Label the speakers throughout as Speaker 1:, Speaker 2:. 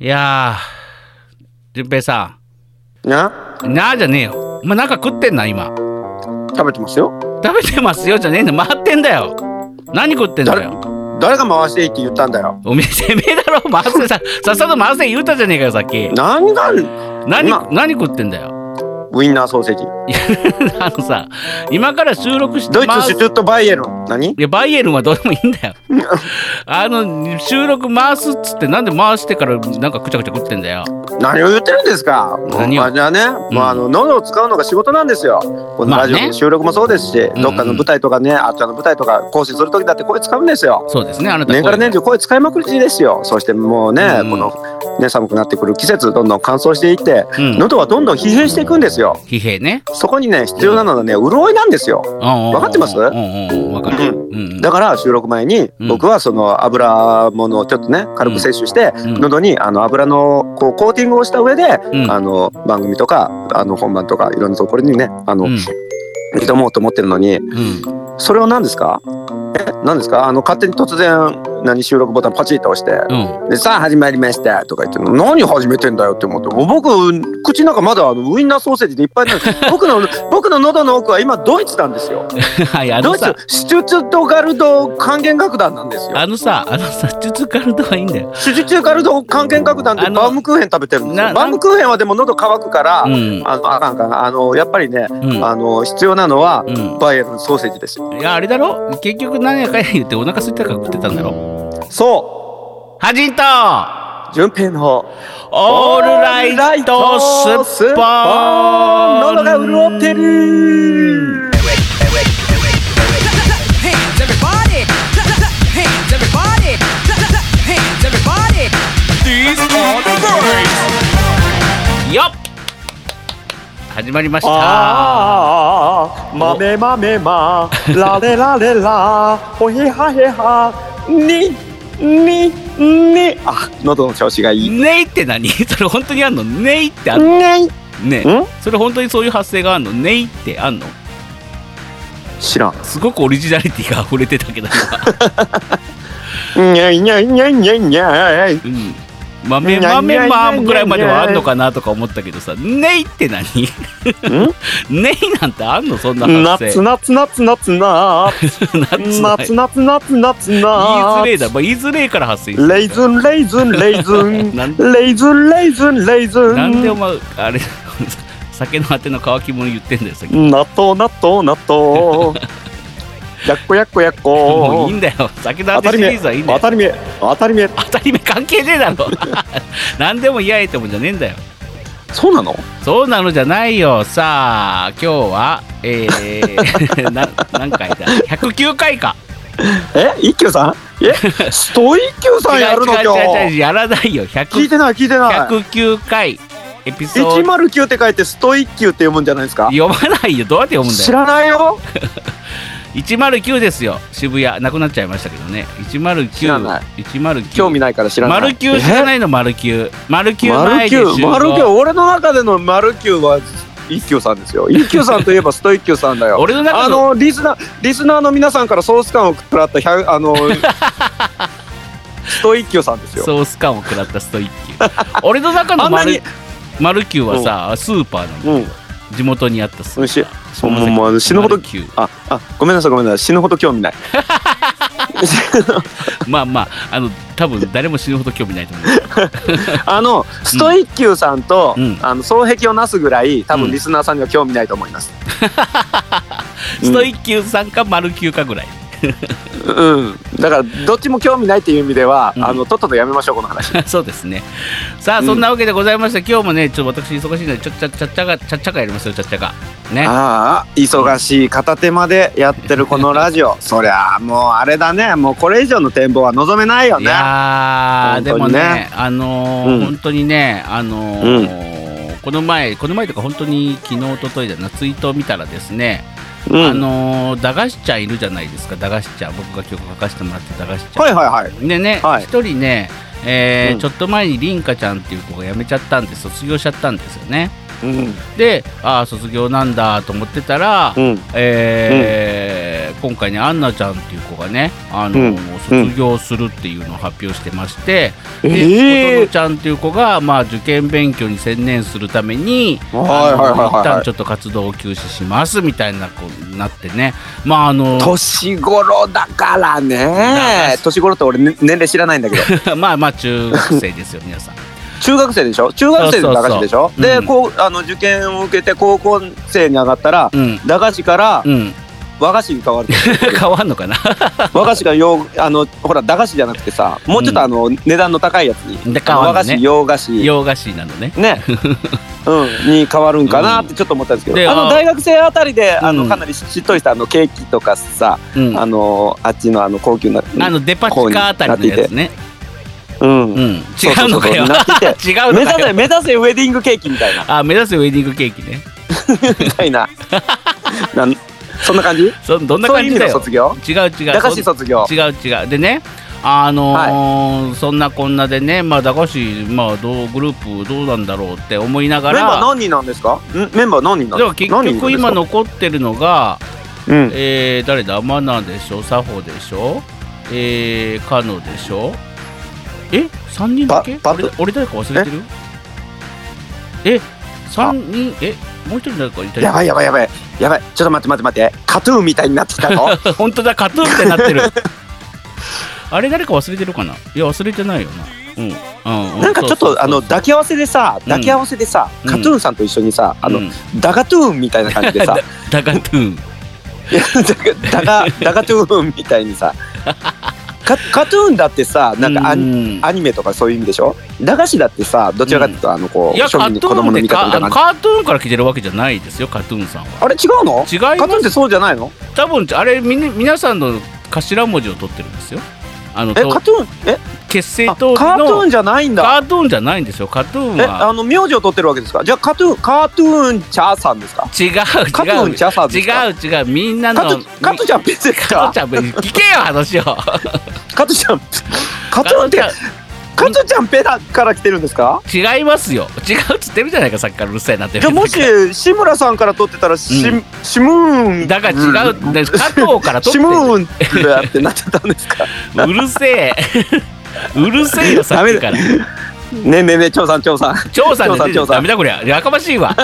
Speaker 1: いやー、淳平さ、
Speaker 2: なん
Speaker 1: なあじゃねえよ。お前なんか食ってんな、今。
Speaker 2: 食べてますよ
Speaker 1: 食べてますよじゃねえんだよ。回ってんだよ。何食ってんだよ。
Speaker 2: 誰が回していいって言ったんだよ
Speaker 1: おめえ、てめえだろ、回せ さ、さっさと回せ言うたじゃねえかよ、さっき。
Speaker 2: 何がある
Speaker 1: 何
Speaker 2: 今、
Speaker 1: 何食ってんだよ。
Speaker 2: ウインナーソーセージ
Speaker 1: いや、あのさ、今から収録して
Speaker 2: ドイ
Speaker 1: 回
Speaker 2: ツシ
Speaker 1: す
Speaker 2: ュ。ツットバイエルン何
Speaker 1: いや、バイエルンはどうでもいいんだよ。 あの、収録回すっつって、なんで回してからなんかくちゃくちゃ食ってんだよ。
Speaker 2: 何を言ってるんですか
Speaker 1: 何を
Speaker 2: まあじゃあね、まああの喉を使うのが仕事なんですよこの
Speaker 1: まあ
Speaker 2: ラ
Speaker 1: ね
Speaker 2: ジオの収録もそうですし、
Speaker 1: うん
Speaker 2: どっかの舞台とかねあっちゃんの舞台とか講師する時だって声使うんですよ
Speaker 1: そうですね、あなた。
Speaker 2: 年から年中声使いまくりですよそしてもうね、
Speaker 1: うん
Speaker 2: このね寒くなってくる季節どんどん乾燥していって
Speaker 1: うん。
Speaker 2: 喉はどんどん疲弊していくんですよ
Speaker 1: 疲弊ね。
Speaker 2: そこにね必要なのはね潤いなんですよ
Speaker 1: 分
Speaker 2: わかってます
Speaker 1: うんうんうん、分かる。
Speaker 2: う
Speaker 1: うんうん
Speaker 2: だから収録前に
Speaker 1: うん
Speaker 2: 僕はその油物をちょっとね軽く摂取して
Speaker 1: うん
Speaker 2: 喉にあの油のこうコーティングをした上で
Speaker 1: うん
Speaker 2: あの番組とかあの本番とかいろんなところにねあの
Speaker 1: うん
Speaker 2: 挑もうと思ってるのに
Speaker 1: うん
Speaker 2: それを何ですかえ何ですかあの勝手に突然何収録ボタンパチッと押して
Speaker 1: うん
Speaker 2: でさあ始まりましたとか言って何始めてんだよって思って僕口の中まだあのウインナーソーセージでいっぱいな んです僕の僕の喉の奥は今ドイツなんですよ
Speaker 1: はいあ
Speaker 2: ド
Speaker 1: の
Speaker 2: イツ
Speaker 1: さ
Speaker 2: シュツットガルド管弦楽団なんですよ
Speaker 1: あのさあのさ術カルトはいいんだよ。
Speaker 2: シュツットガルド管弦楽団で
Speaker 1: あの
Speaker 2: バウムクーヘン食べてるんです
Speaker 1: なな
Speaker 2: よバウムクーヘンはでも喉乾くから、
Speaker 1: うん
Speaker 2: あのあかんあかんあのやっぱりね、
Speaker 1: うん
Speaker 2: あの必要なのは
Speaker 1: うん。
Speaker 2: バイエルンソーセージですよ
Speaker 1: いやあれだろ結局何やかんや言ってお腹空いたから食ってたんだろ。
Speaker 2: そ
Speaker 1: はじんと
Speaker 2: う順平の
Speaker 1: オールライトスッポン
Speaker 2: 喉が潤ってる
Speaker 3: hands, everybody. Clap, clap, hands, everybody. Clap, clap, hands, everybody.
Speaker 1: よっ始まりました。
Speaker 2: ああまめまめまラレラレラほへはへはにににあ喉の調子がいい
Speaker 1: ねいって何 それ本当にあんのねいってあんの
Speaker 2: ね
Speaker 1: ね
Speaker 2: ん
Speaker 1: それ本当にそういう発声があんのねいってあんの
Speaker 2: 知らん
Speaker 1: すごくオリジナリティが溢れてたけど 今
Speaker 2: にゃいにゃいにゃいにゃいにゃい
Speaker 1: うん豆豆まーぐらいまではあんのかなとか思ったけどさ「ねい」って何 ねいなんてあんのそんな発
Speaker 2: 夏
Speaker 1: 声
Speaker 2: 夏夏夏夏
Speaker 1: 夏な
Speaker 2: 夏
Speaker 1: 言い
Speaker 2: 夏夏夏
Speaker 1: づれ
Speaker 2: 夏
Speaker 1: えだ、まあ、言いづれえから発声する
Speaker 2: レイズンレイズンレイズン
Speaker 1: なん
Speaker 2: レイズンレイズンレイズ
Speaker 1: なんでお
Speaker 2: ン
Speaker 1: 前あれ 酒のあての乾き物言ってんだよさっき
Speaker 2: 納豆納豆納 豆やっこやっこやっ
Speaker 1: もう
Speaker 2: こ
Speaker 1: いいんだよ酒のあ
Speaker 2: 当
Speaker 1: て
Speaker 2: た
Speaker 1: シ
Speaker 2: り
Speaker 1: リ
Speaker 2: 目
Speaker 1: ーズはいいんだ
Speaker 2: 当
Speaker 1: よ
Speaker 2: たり目当たり目
Speaker 1: 当たり目関係ねえだろ 何でも嫌えってもんじゃねえんだよ
Speaker 2: そうなの
Speaker 1: そうなのじゃないよさあ今日はえ ー、な何回だ109回か
Speaker 2: え一休さんえストイッキューさん やるの今
Speaker 1: 違う違う違う違
Speaker 2: 日
Speaker 1: うやらないよ100
Speaker 2: 聞いてない聞いてない
Speaker 1: 109回エピソード
Speaker 2: 109って書いてストイッキューって読むんじゃないですか
Speaker 1: 読まないよどうやって読むんだ
Speaker 2: 知
Speaker 1: よ
Speaker 2: らないよ
Speaker 1: 109ですよ渋谷なくなっちゃいましたけどね109
Speaker 2: 知らない
Speaker 1: 109
Speaker 2: 興味ないから知らない
Speaker 1: 丸九知らないの丸九丸九前
Speaker 2: 丸
Speaker 1: で
Speaker 2: 九
Speaker 1: 集合
Speaker 2: 丸九俺の中での丸九は一休さんですよ一休さんといえばストイッキューさんだよ
Speaker 1: 俺の中
Speaker 2: あ
Speaker 1: の
Speaker 2: のリスナーリスナーの皆さんからソース感を食らった100 あのストイッキューさんですよ
Speaker 1: ソース感を食らったストイッキ俺の中の
Speaker 2: あんなに
Speaker 1: 丸丸九はさスーパーなの
Speaker 2: うん
Speaker 1: 地元にあったス
Speaker 2: 美味し
Speaker 1: ー
Speaker 2: い
Speaker 1: パー
Speaker 2: もうもう死ぬほど
Speaker 1: 丸九
Speaker 2: ああごめんなさいごめんなさい死ぬほど興味ない
Speaker 1: まあまああの多分誰も死ぬほど興味ないと思う
Speaker 2: あのストイッキューさんと、
Speaker 1: うん
Speaker 2: あの双璧をなすぐらい多
Speaker 1: うん
Speaker 2: 分リスナーさんには興味ないと思います、
Speaker 1: ストイッキュさんか丸九かぐらい
Speaker 2: うん、だからどっちも興味ないっていう意味では、
Speaker 1: うん
Speaker 2: あのとっととやめましょうこの話
Speaker 1: そうですね。さあ、
Speaker 2: うん
Speaker 1: そんなわけでございまして、今日もね、ちょっと私忙しいので、ちょちゃちゃっちゃが、ちゃっちゃがやりますよ、ちゃっちゃが。ね。
Speaker 2: ああ忙しい片手間でやってるこのラジオそりゃあもうあれだねもうこれ以上の展望は望めないよ
Speaker 1: い
Speaker 2: ね
Speaker 1: やー、
Speaker 2: 本
Speaker 1: で
Speaker 2: 当
Speaker 1: も
Speaker 2: にね
Speaker 1: ね、あのー
Speaker 2: うん
Speaker 1: 本当にね、あのーこの前、この前とか、本当に昨日、一昨日だな、ツイートを見たらですね、
Speaker 2: うん
Speaker 1: あのー駄菓子ちゃんいるじゃないですか、駄菓子ちゃん、僕が曲書かせてもらって駄菓子ちゃん。
Speaker 2: はいはいはい
Speaker 1: でね、一、
Speaker 2: はい
Speaker 1: 人ね、えー
Speaker 2: うん
Speaker 1: ちょっと前にりんかちゃんっていう子が辞めちゃったんで、卒業しちゃったんですよね。
Speaker 2: うん
Speaker 1: で、ああ、卒業なんだと思ってたら、
Speaker 2: うん
Speaker 1: えー今回ねアンナちゃんっていう子がねあの、
Speaker 2: うん
Speaker 1: 卒業するっていうのを発表してまして、
Speaker 2: え
Speaker 1: で
Speaker 2: ー
Speaker 1: 琴乃ちゃんっていう子が、まあ、受験勉強に専念するために、
Speaker 2: はいはいはいはい
Speaker 1: あの一旦ちょっと活動を休止しますみたいなこうなってねまああの
Speaker 2: 年頃だから
Speaker 1: だ
Speaker 2: ね年頃って俺ね年齢知らない んだけ ど
Speaker 1: まあまあ中学生ですよ皆さん。
Speaker 2: 中学生でしょ中学生で駄菓子でしょ
Speaker 1: そうそうそうう
Speaker 2: で
Speaker 1: ん
Speaker 2: こうあの受験を受けて高校生に上がったら
Speaker 1: うん
Speaker 2: 駄菓子から
Speaker 1: うん、
Speaker 2: 和菓子に変わる
Speaker 1: 変わんの かな
Speaker 2: 和菓子が洋あのほら駄菓子じゃなくてさもうちょっとあの、値段の高いやつに、
Speaker 1: で変わ
Speaker 2: 和
Speaker 1: んの
Speaker 2: 菓子
Speaker 1: ね
Speaker 2: 洋菓子
Speaker 1: 洋菓子なのね
Speaker 2: ね、うん、に変わるんかなってちょっと思ったんですけど、
Speaker 1: で
Speaker 2: あ
Speaker 1: あ
Speaker 2: の大学生あたりであの、
Speaker 1: うん
Speaker 2: かなりしっとりしたあのケーキとかさ、
Speaker 1: うん
Speaker 2: あ
Speaker 1: あ
Speaker 2: のあっちのあの高級な
Speaker 1: のデパ地下あたりのやつね
Speaker 2: うん、
Speaker 1: うん違う
Speaker 2: そうそうそう
Speaker 1: のかよ 違う
Speaker 2: なってて
Speaker 1: の
Speaker 2: 目
Speaker 1: か
Speaker 2: 指
Speaker 1: よ
Speaker 2: せ目指せウェディングケーキみたいな
Speaker 1: あ目指せウェディングケーキね
Speaker 2: みた いななんそんな感じ
Speaker 1: そどんな
Speaker 2: そう
Speaker 1: 感
Speaker 2: いう意
Speaker 1: じ
Speaker 2: 味
Speaker 1: だ
Speaker 2: の
Speaker 1: よ
Speaker 2: 卒業
Speaker 1: 違う違う
Speaker 2: 駄菓子卒業
Speaker 1: 違う違うでねあのーそんなこんなでねまあ駄菓子まあどうグループどうなんだろうって思いな
Speaker 2: メ
Speaker 1: が
Speaker 2: ンバー
Speaker 1: ら
Speaker 2: 何人なんですかんメンバー何人な
Speaker 1: で
Speaker 2: んです
Speaker 1: も
Speaker 2: か
Speaker 1: 結
Speaker 2: 何人いるん
Speaker 1: 局
Speaker 2: です
Speaker 1: 今
Speaker 2: か
Speaker 1: 残ってるのが、
Speaker 2: うん
Speaker 1: えー、誰だマナでしょサホでしょえー、カノでしょえ三3人だけ
Speaker 2: パパ
Speaker 1: 俺俺誰か忘れてるえ三3人えもう一人誰かいた
Speaker 2: やばいやばいやばいやばいちょっと待って待って待ってカトゥーンみたいになっ てきたの
Speaker 1: 本当だカトゥーンってなってる あれ誰か忘れてるかないや忘れてないよなうん、うん、
Speaker 2: なんかちょっ
Speaker 1: そうそうそう
Speaker 2: とあの抱き合わせでさ抱き合わせでさ、
Speaker 1: うん
Speaker 2: カトゥーンさんと一緒にさあの、
Speaker 1: うん
Speaker 2: ダガトゥーンみたいな感 じでさ
Speaker 1: ダガトゥーン
Speaker 2: いやダガ ダガダガトゥーンみたいにさカカトゥーンだってさなんかアニ,、
Speaker 1: うん
Speaker 2: アニメとかそういう意味でしょ駄菓子だってさどちらかというと、あのこ
Speaker 1: いうや
Speaker 2: 庶
Speaker 1: カ
Speaker 2: 民の
Speaker 1: トゥ
Speaker 2: 子
Speaker 1: ーン
Speaker 2: 供
Speaker 1: っ
Speaker 2: の
Speaker 1: て
Speaker 2: 味方
Speaker 1: か
Speaker 2: みた
Speaker 1: あ
Speaker 2: いな
Speaker 1: の
Speaker 2: 感
Speaker 1: カートゥーンから来てるわけじゃないですよカトゥーンさんは
Speaker 2: じあれ違うの
Speaker 1: 違います
Speaker 2: カトゥーンってそうじゃないの
Speaker 1: 多分あれみん皆さんの頭文字を取ってるんですよあの
Speaker 2: え
Speaker 1: と
Speaker 2: カトゥーンえ
Speaker 1: 結成
Speaker 2: あ
Speaker 1: 当時
Speaker 2: カトゥー
Speaker 1: の
Speaker 2: ンじゃないんだ
Speaker 1: カートゥーンじゃないんですよカトゥーン
Speaker 2: え
Speaker 1: は
Speaker 2: あの名字を取ってるわけですかじゃあカトゥーンカトゥーンチャーさんですか
Speaker 1: 違う違
Speaker 2: カトゥーンチャーさんですか
Speaker 1: う違う違うみんな
Speaker 2: カト
Speaker 1: の
Speaker 2: ゥカトゥーちゃん別です
Speaker 1: カトゥー
Speaker 2: か
Speaker 1: ちゃん聞けよ話を
Speaker 2: カトゥーちゃんカトゥーンってカトゥーちゃんペダから来てるんですか
Speaker 1: 違いますよ違うっつってるじゃないかさっきからうるさいなって
Speaker 2: じゃあもし志村さんから取ってたらし、
Speaker 1: う
Speaker 2: シムーン
Speaker 1: だから違う、で加藤から取
Speaker 2: シ
Speaker 1: っ
Speaker 2: ム
Speaker 1: て
Speaker 2: ーンってってなっちゃったんです か
Speaker 1: うるせえ うるせえよさっきから
Speaker 2: ねえねえねえ張さん張さん
Speaker 1: 調査
Speaker 2: 張さ
Speaker 1: で
Speaker 2: ん張さ
Speaker 1: ダ
Speaker 2: ん
Speaker 1: メだこりゃやかましい わ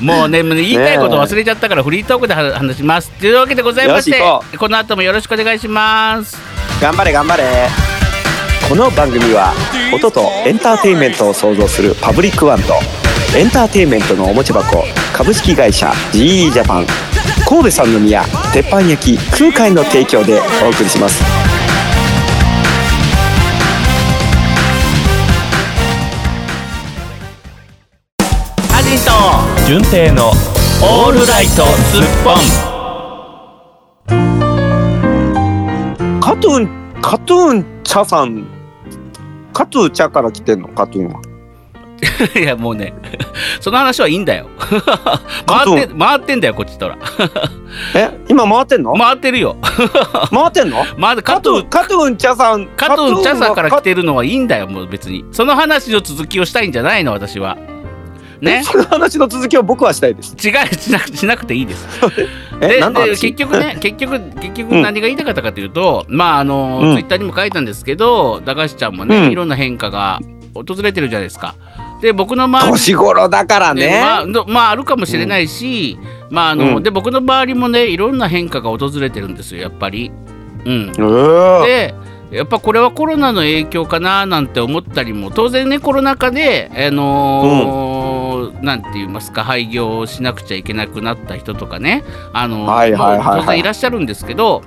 Speaker 1: もうねもうね言いたいこと忘れちゃったからフリートークでは話しますというわけでございまし
Speaker 2: よ
Speaker 1: て
Speaker 2: し行こ
Speaker 1: この後もよろしくお願いします
Speaker 2: 頑張れ頑張れこの番組は音とエンターテインメントを創造するパブリックワンとエンターテインメントのおもちゃ箱株式会社 GE ジャパン神戸三宮鉄板焼き空海の提供でお送りします
Speaker 1: アジト
Speaker 4: 純正の
Speaker 1: オールライトスッポン
Speaker 2: カトゥーンカトゥーン茶さんカトゥー茶から来てんのカトゥーンはい
Speaker 1: やもうねその話はいいん だよ
Speaker 2: 加
Speaker 1: 回っ
Speaker 2: 藤
Speaker 1: て回ってんだよこっちとら
Speaker 2: え今回ってんの、
Speaker 1: 回ってるよ
Speaker 2: 回ってんの
Speaker 1: まだ加
Speaker 2: カトゥ
Speaker 1: 藤
Speaker 2: ーカトゥーン茶さん
Speaker 1: 加藤茶さんから
Speaker 2: カ
Speaker 1: 来てるのはいいんだよもう別にその話の続きをしたいんじゃないの私はね
Speaker 2: えその話の続きを僕はしたいです。
Speaker 1: 違うしなくしなくていいです
Speaker 2: え、
Speaker 1: で
Speaker 2: なん
Speaker 1: で
Speaker 2: で
Speaker 1: 結局 ね結局結局
Speaker 2: うん
Speaker 1: 何が言いたかったかというと、まああの、
Speaker 2: うん
Speaker 1: ツイッターにも書いたんですけど駄菓子ちゃんもね、
Speaker 2: うん
Speaker 1: いろんな変化が訪れてるじゃないですかで僕の周り
Speaker 2: 年頃だから
Speaker 1: ね
Speaker 2: ね。
Speaker 1: まあの、まああるかもしれないし、まああの、
Speaker 2: うん
Speaker 1: で僕の周りもねいろんな変化が訪れてるんですよやっぱりうん
Speaker 2: うん
Speaker 1: でやっぱこれはコロナの影響かななんて思ったりも当然ねコロナ禍で、あのーなんて言いますか廃業をしなくちゃいけなくなった人とかね、あのー
Speaker 2: はいはいはいはい
Speaker 1: まあ当然いらっしゃるんですけど、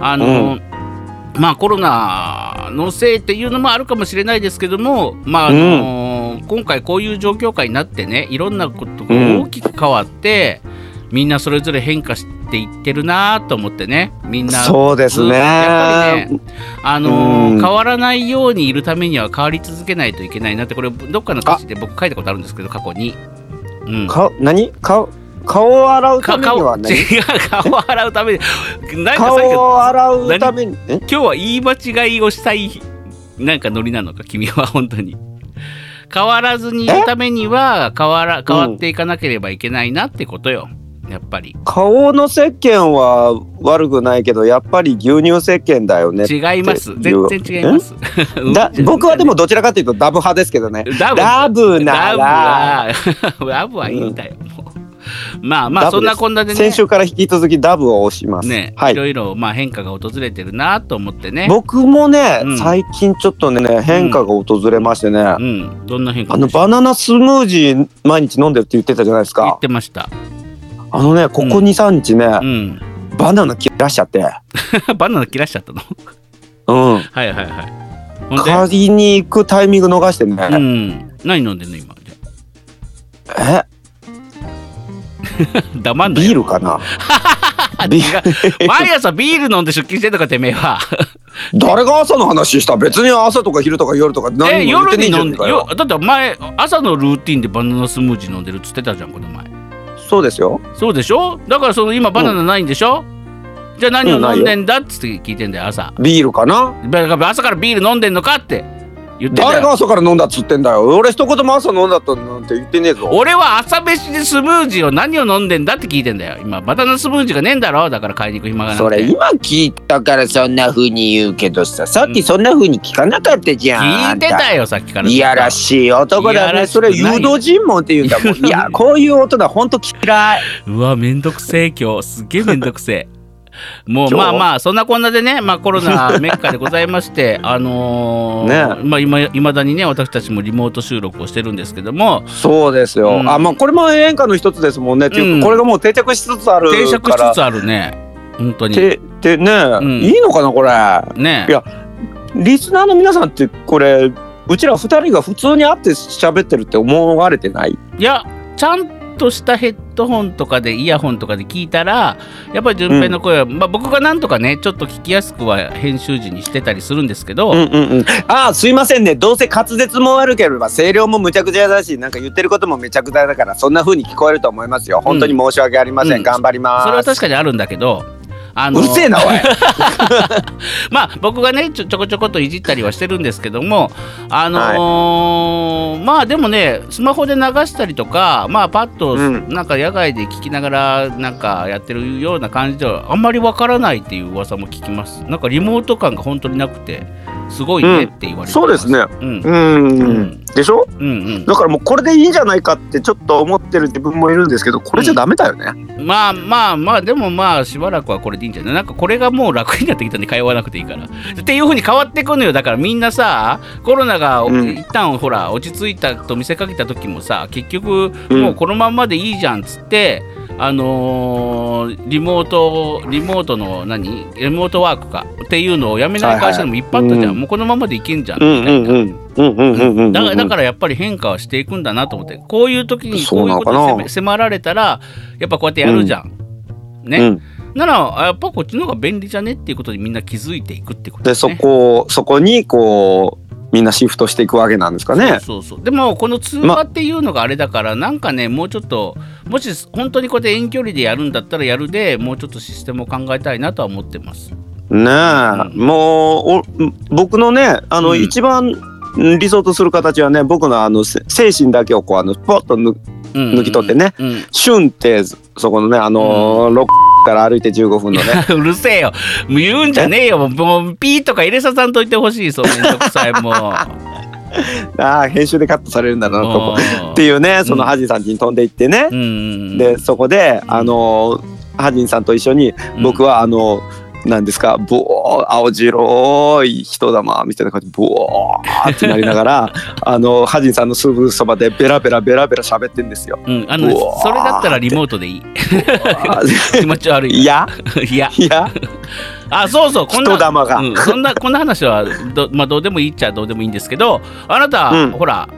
Speaker 1: あのーまあ、コロナのせいっていうのもあるかもしれないですけども、まああのー今回こういう状況下になってねいろんなことが大きく変わって、みんなそれぞれ変化していってるなと思ってねみんな
Speaker 2: そうですね。
Speaker 1: やっぱりね、あのー
Speaker 2: うん
Speaker 1: 変わらないようにいるためには変わり続けないといけないなってこれどっかの歌詞で僕書いたことあるんですけど過去に。うん
Speaker 2: 顔、何顔、顔を洗うた
Speaker 1: か
Speaker 2: めには
Speaker 1: 顔
Speaker 2: 何
Speaker 1: 違う顔を洗うためになんかさっき
Speaker 2: 顔
Speaker 1: 今
Speaker 2: を洗うために。え
Speaker 1: 日は言い間違いをしたいなんかノリなのか君は本当に変わらずにいるためには変わら変わっていかなければいけないなってことよ。やっぱり
Speaker 4: 顔の石鹸は悪くないけどやっぱり牛乳石鹸だよね
Speaker 1: 違います全然違います
Speaker 4: だ
Speaker 1: うん
Speaker 4: 僕 はでもどちらかというとダブ派ですけどね
Speaker 1: ダブ
Speaker 4: ダブなら
Speaker 1: ラブは ラブはいいんだよ、もうまあまあ
Speaker 4: ダブ
Speaker 1: そん
Speaker 4: です
Speaker 1: なこんなでね
Speaker 4: 先週から引き続きダブを押します、
Speaker 1: ね、、
Speaker 4: はいい
Speaker 1: ろいろまあ変化が訪れてるなと思ってね
Speaker 4: 僕もね、
Speaker 1: うん
Speaker 4: 最近ちょっとね変化が訪れましてね、
Speaker 1: うんどんな変化
Speaker 4: あのバナナスムージー毎日飲んでるって言ってたじゃないです
Speaker 1: 言っ
Speaker 4: か
Speaker 1: てました
Speaker 4: あのねここ23日ね、
Speaker 1: うん
Speaker 4: バナナ切らしちゃって
Speaker 1: バナナ切らしちゃったの
Speaker 4: う
Speaker 1: は
Speaker 4: ん
Speaker 1: いはいはいほんで
Speaker 4: 借りに行くタイミング逃してね、
Speaker 1: うん何飲んでんの今じゃ
Speaker 4: え
Speaker 1: あ黙んな
Speaker 4: ビー
Speaker 1: よ
Speaker 4: ル かなビール
Speaker 1: 違う毎朝ビール飲んで出勤してんのかてめえ は
Speaker 4: 誰が朝の話した別に朝とか昼とか夜とか
Speaker 1: え
Speaker 4: 何も言っ
Speaker 1: 夜
Speaker 4: て
Speaker 1: に
Speaker 4: ねえじゃ
Speaker 1: 飲ん
Speaker 4: ねえ
Speaker 1: で
Speaker 4: か
Speaker 1: よ
Speaker 4: よ
Speaker 1: だって前朝のルーティンでバナナスムージー飲んでるっつってたじゃんこの前
Speaker 4: そうですよ
Speaker 1: そうでしょだからその今バナナないんでしょ、じゃあ何を飲んでんだっつって聞いてんだよ朝
Speaker 4: ビールかな
Speaker 1: だから朝からビール飲んでんのかって言ってんだよ
Speaker 4: 誰が朝から飲んだっつってんだよ俺一言も朝飲んだったなんて言ってねえぞ
Speaker 1: 俺は朝飯でスムージーを何を飲んでんだって聞いてんだよ今バナナスムージーがねえんだろだから買いに行く暇がなくて
Speaker 4: それ今聞いたからそんな風に言うけどささっきそんな風に聞かなかったじゃん、
Speaker 1: 聞いてたよさっきから
Speaker 4: いやらしい男
Speaker 1: いや
Speaker 4: だ
Speaker 1: ら
Speaker 4: ね
Speaker 1: しく
Speaker 4: それ誘導尋問って言うんだもんいやこういう大人ほんと嫌いう
Speaker 1: わめんどくせえ今日すげえめんどく せえもう
Speaker 4: 今日
Speaker 1: まあまあそんなこんなでね、まあ、コロナメッカでございましてあのー
Speaker 4: ね
Speaker 1: まあ今いまだにね私たちもリモート収録をしてるんですけども
Speaker 4: そうですよ、
Speaker 1: うん
Speaker 4: あまあこれも演歌の一つですもんね、っていううんかこれがもう定着しつつあるから
Speaker 1: 定着しつつあるね本当に
Speaker 4: ててね、
Speaker 1: ん
Speaker 4: いいのかなこれ
Speaker 1: ね
Speaker 4: いやリスナーの皆さんってこれうちら二人が普通に会って喋ってるって思われてない
Speaker 1: いやちゃんとしたヘッドホンとかでイヤホンとかで聞いたらやっぱり順平の声は、まあ、僕がなんとかねちょっと聞きやすくは編集時にしてたりするんですけど、
Speaker 4: うんうんうん、ああすいませんねどうせ滑舌も悪ければ声量もむちゃくちゃだしなんか言ってることもめちゃくちゃだからそんな風に聞こえると思いますよ本当に申し訳ありません、
Speaker 1: うん
Speaker 4: 頑張ります
Speaker 1: それは確かにあるんだけど。あ
Speaker 4: うるせえなお い
Speaker 1: まあ僕がねちょちょこちょこといじったりはしてるんですけどもあのーまあでもねスマホで流したりとかまあパッと
Speaker 4: うん
Speaker 1: なんか野外で聞きながらなんかやってるような感じではあんまりわからないっていう噂も聞きますなんかリモート感が本当になくてすごいねって言われてます、
Speaker 4: そうですね
Speaker 1: うん
Speaker 4: うん、
Speaker 1: ん
Speaker 4: でしょ
Speaker 1: うん
Speaker 4: だからもうこれでいいんじゃないかってちょっと思ってる自分もいるんですけどこれじゃダメだよね、
Speaker 1: うん、まあまあまあでもまあしばらくはこれでいいんじゃないなんかこれがもう楽になってきたんで通わなくていいからっていうふうに変わってくのよだからみんなさコロナが
Speaker 4: うん
Speaker 1: 一旦ほら落ち着いたと見せかけた時もさ結局
Speaker 4: うん
Speaker 1: もうこのまんまでいいじゃんっつって、あのーリモートリモートの何リモートワークかっていうのをやめない会社でもいっぱいあったじゃん、
Speaker 4: うん
Speaker 1: もうこのままでいけんじゃん
Speaker 4: うんうんうんうんうんうんうん
Speaker 1: だからだからやっぱり変化はしていくんだなと思ってこういう時に
Speaker 4: そ
Speaker 1: こ
Speaker 4: う
Speaker 1: うい
Speaker 4: な
Speaker 1: う
Speaker 4: の
Speaker 1: こと
Speaker 4: か
Speaker 1: に
Speaker 4: な
Speaker 1: 迫迫られたらやっぱこうやってやるじゃん。ね、
Speaker 4: うん
Speaker 1: ならあやっぱこっちの方が便利じゃねっていうことにみんな気づいていくってこと
Speaker 4: で
Speaker 1: です
Speaker 4: そ
Speaker 1: ね。
Speaker 4: こをそこにこうみんなシフトしていくわけなんですかね。
Speaker 1: そうそうでもこの通話っていうのがあれだから、なんかねもうちょっともし本当にこうやって遠距離でやるんだったらやるでもうちょっとシステムを考えたいなとは思ってます。
Speaker 4: ねえ、
Speaker 1: うん
Speaker 4: もうお僕のねあの、
Speaker 1: うん
Speaker 4: 一番理想とする形はね僕のあのせ精神だけをこうあのポッと抜
Speaker 1: うん
Speaker 4: 抜き取ってね。
Speaker 1: うん
Speaker 4: 旬ってそこのねあのー、ロックから歩いて15分の ね。
Speaker 1: うるせえよもう言うんじゃねえよもうもうピーとか入れささんといてほしいそうめんどくさい もう。
Speaker 4: ああ編集でカットされるんだなとこ
Speaker 1: もう
Speaker 4: っていうねそのハジンさんちに飛んでいってね、
Speaker 1: うん
Speaker 4: でそこであのーハジンさんと一緒に僕はあのなんですかぼー青白い人玉みたいな感じでぼーってなりながら あのハジンさんのすぐそばでベラベラベラベラ喋ってんですよ。
Speaker 1: うん、あのね
Speaker 4: うわー
Speaker 1: それだったらリモートでいい気持ち悪い
Speaker 4: いや
Speaker 1: いや
Speaker 4: いや
Speaker 1: あそうそうこんな
Speaker 4: 人玉が
Speaker 1: うん、こんなこんな話はど,、まあ、どうでもいいっちゃどうでもいいんですけどあなた、
Speaker 4: うん
Speaker 1: ほら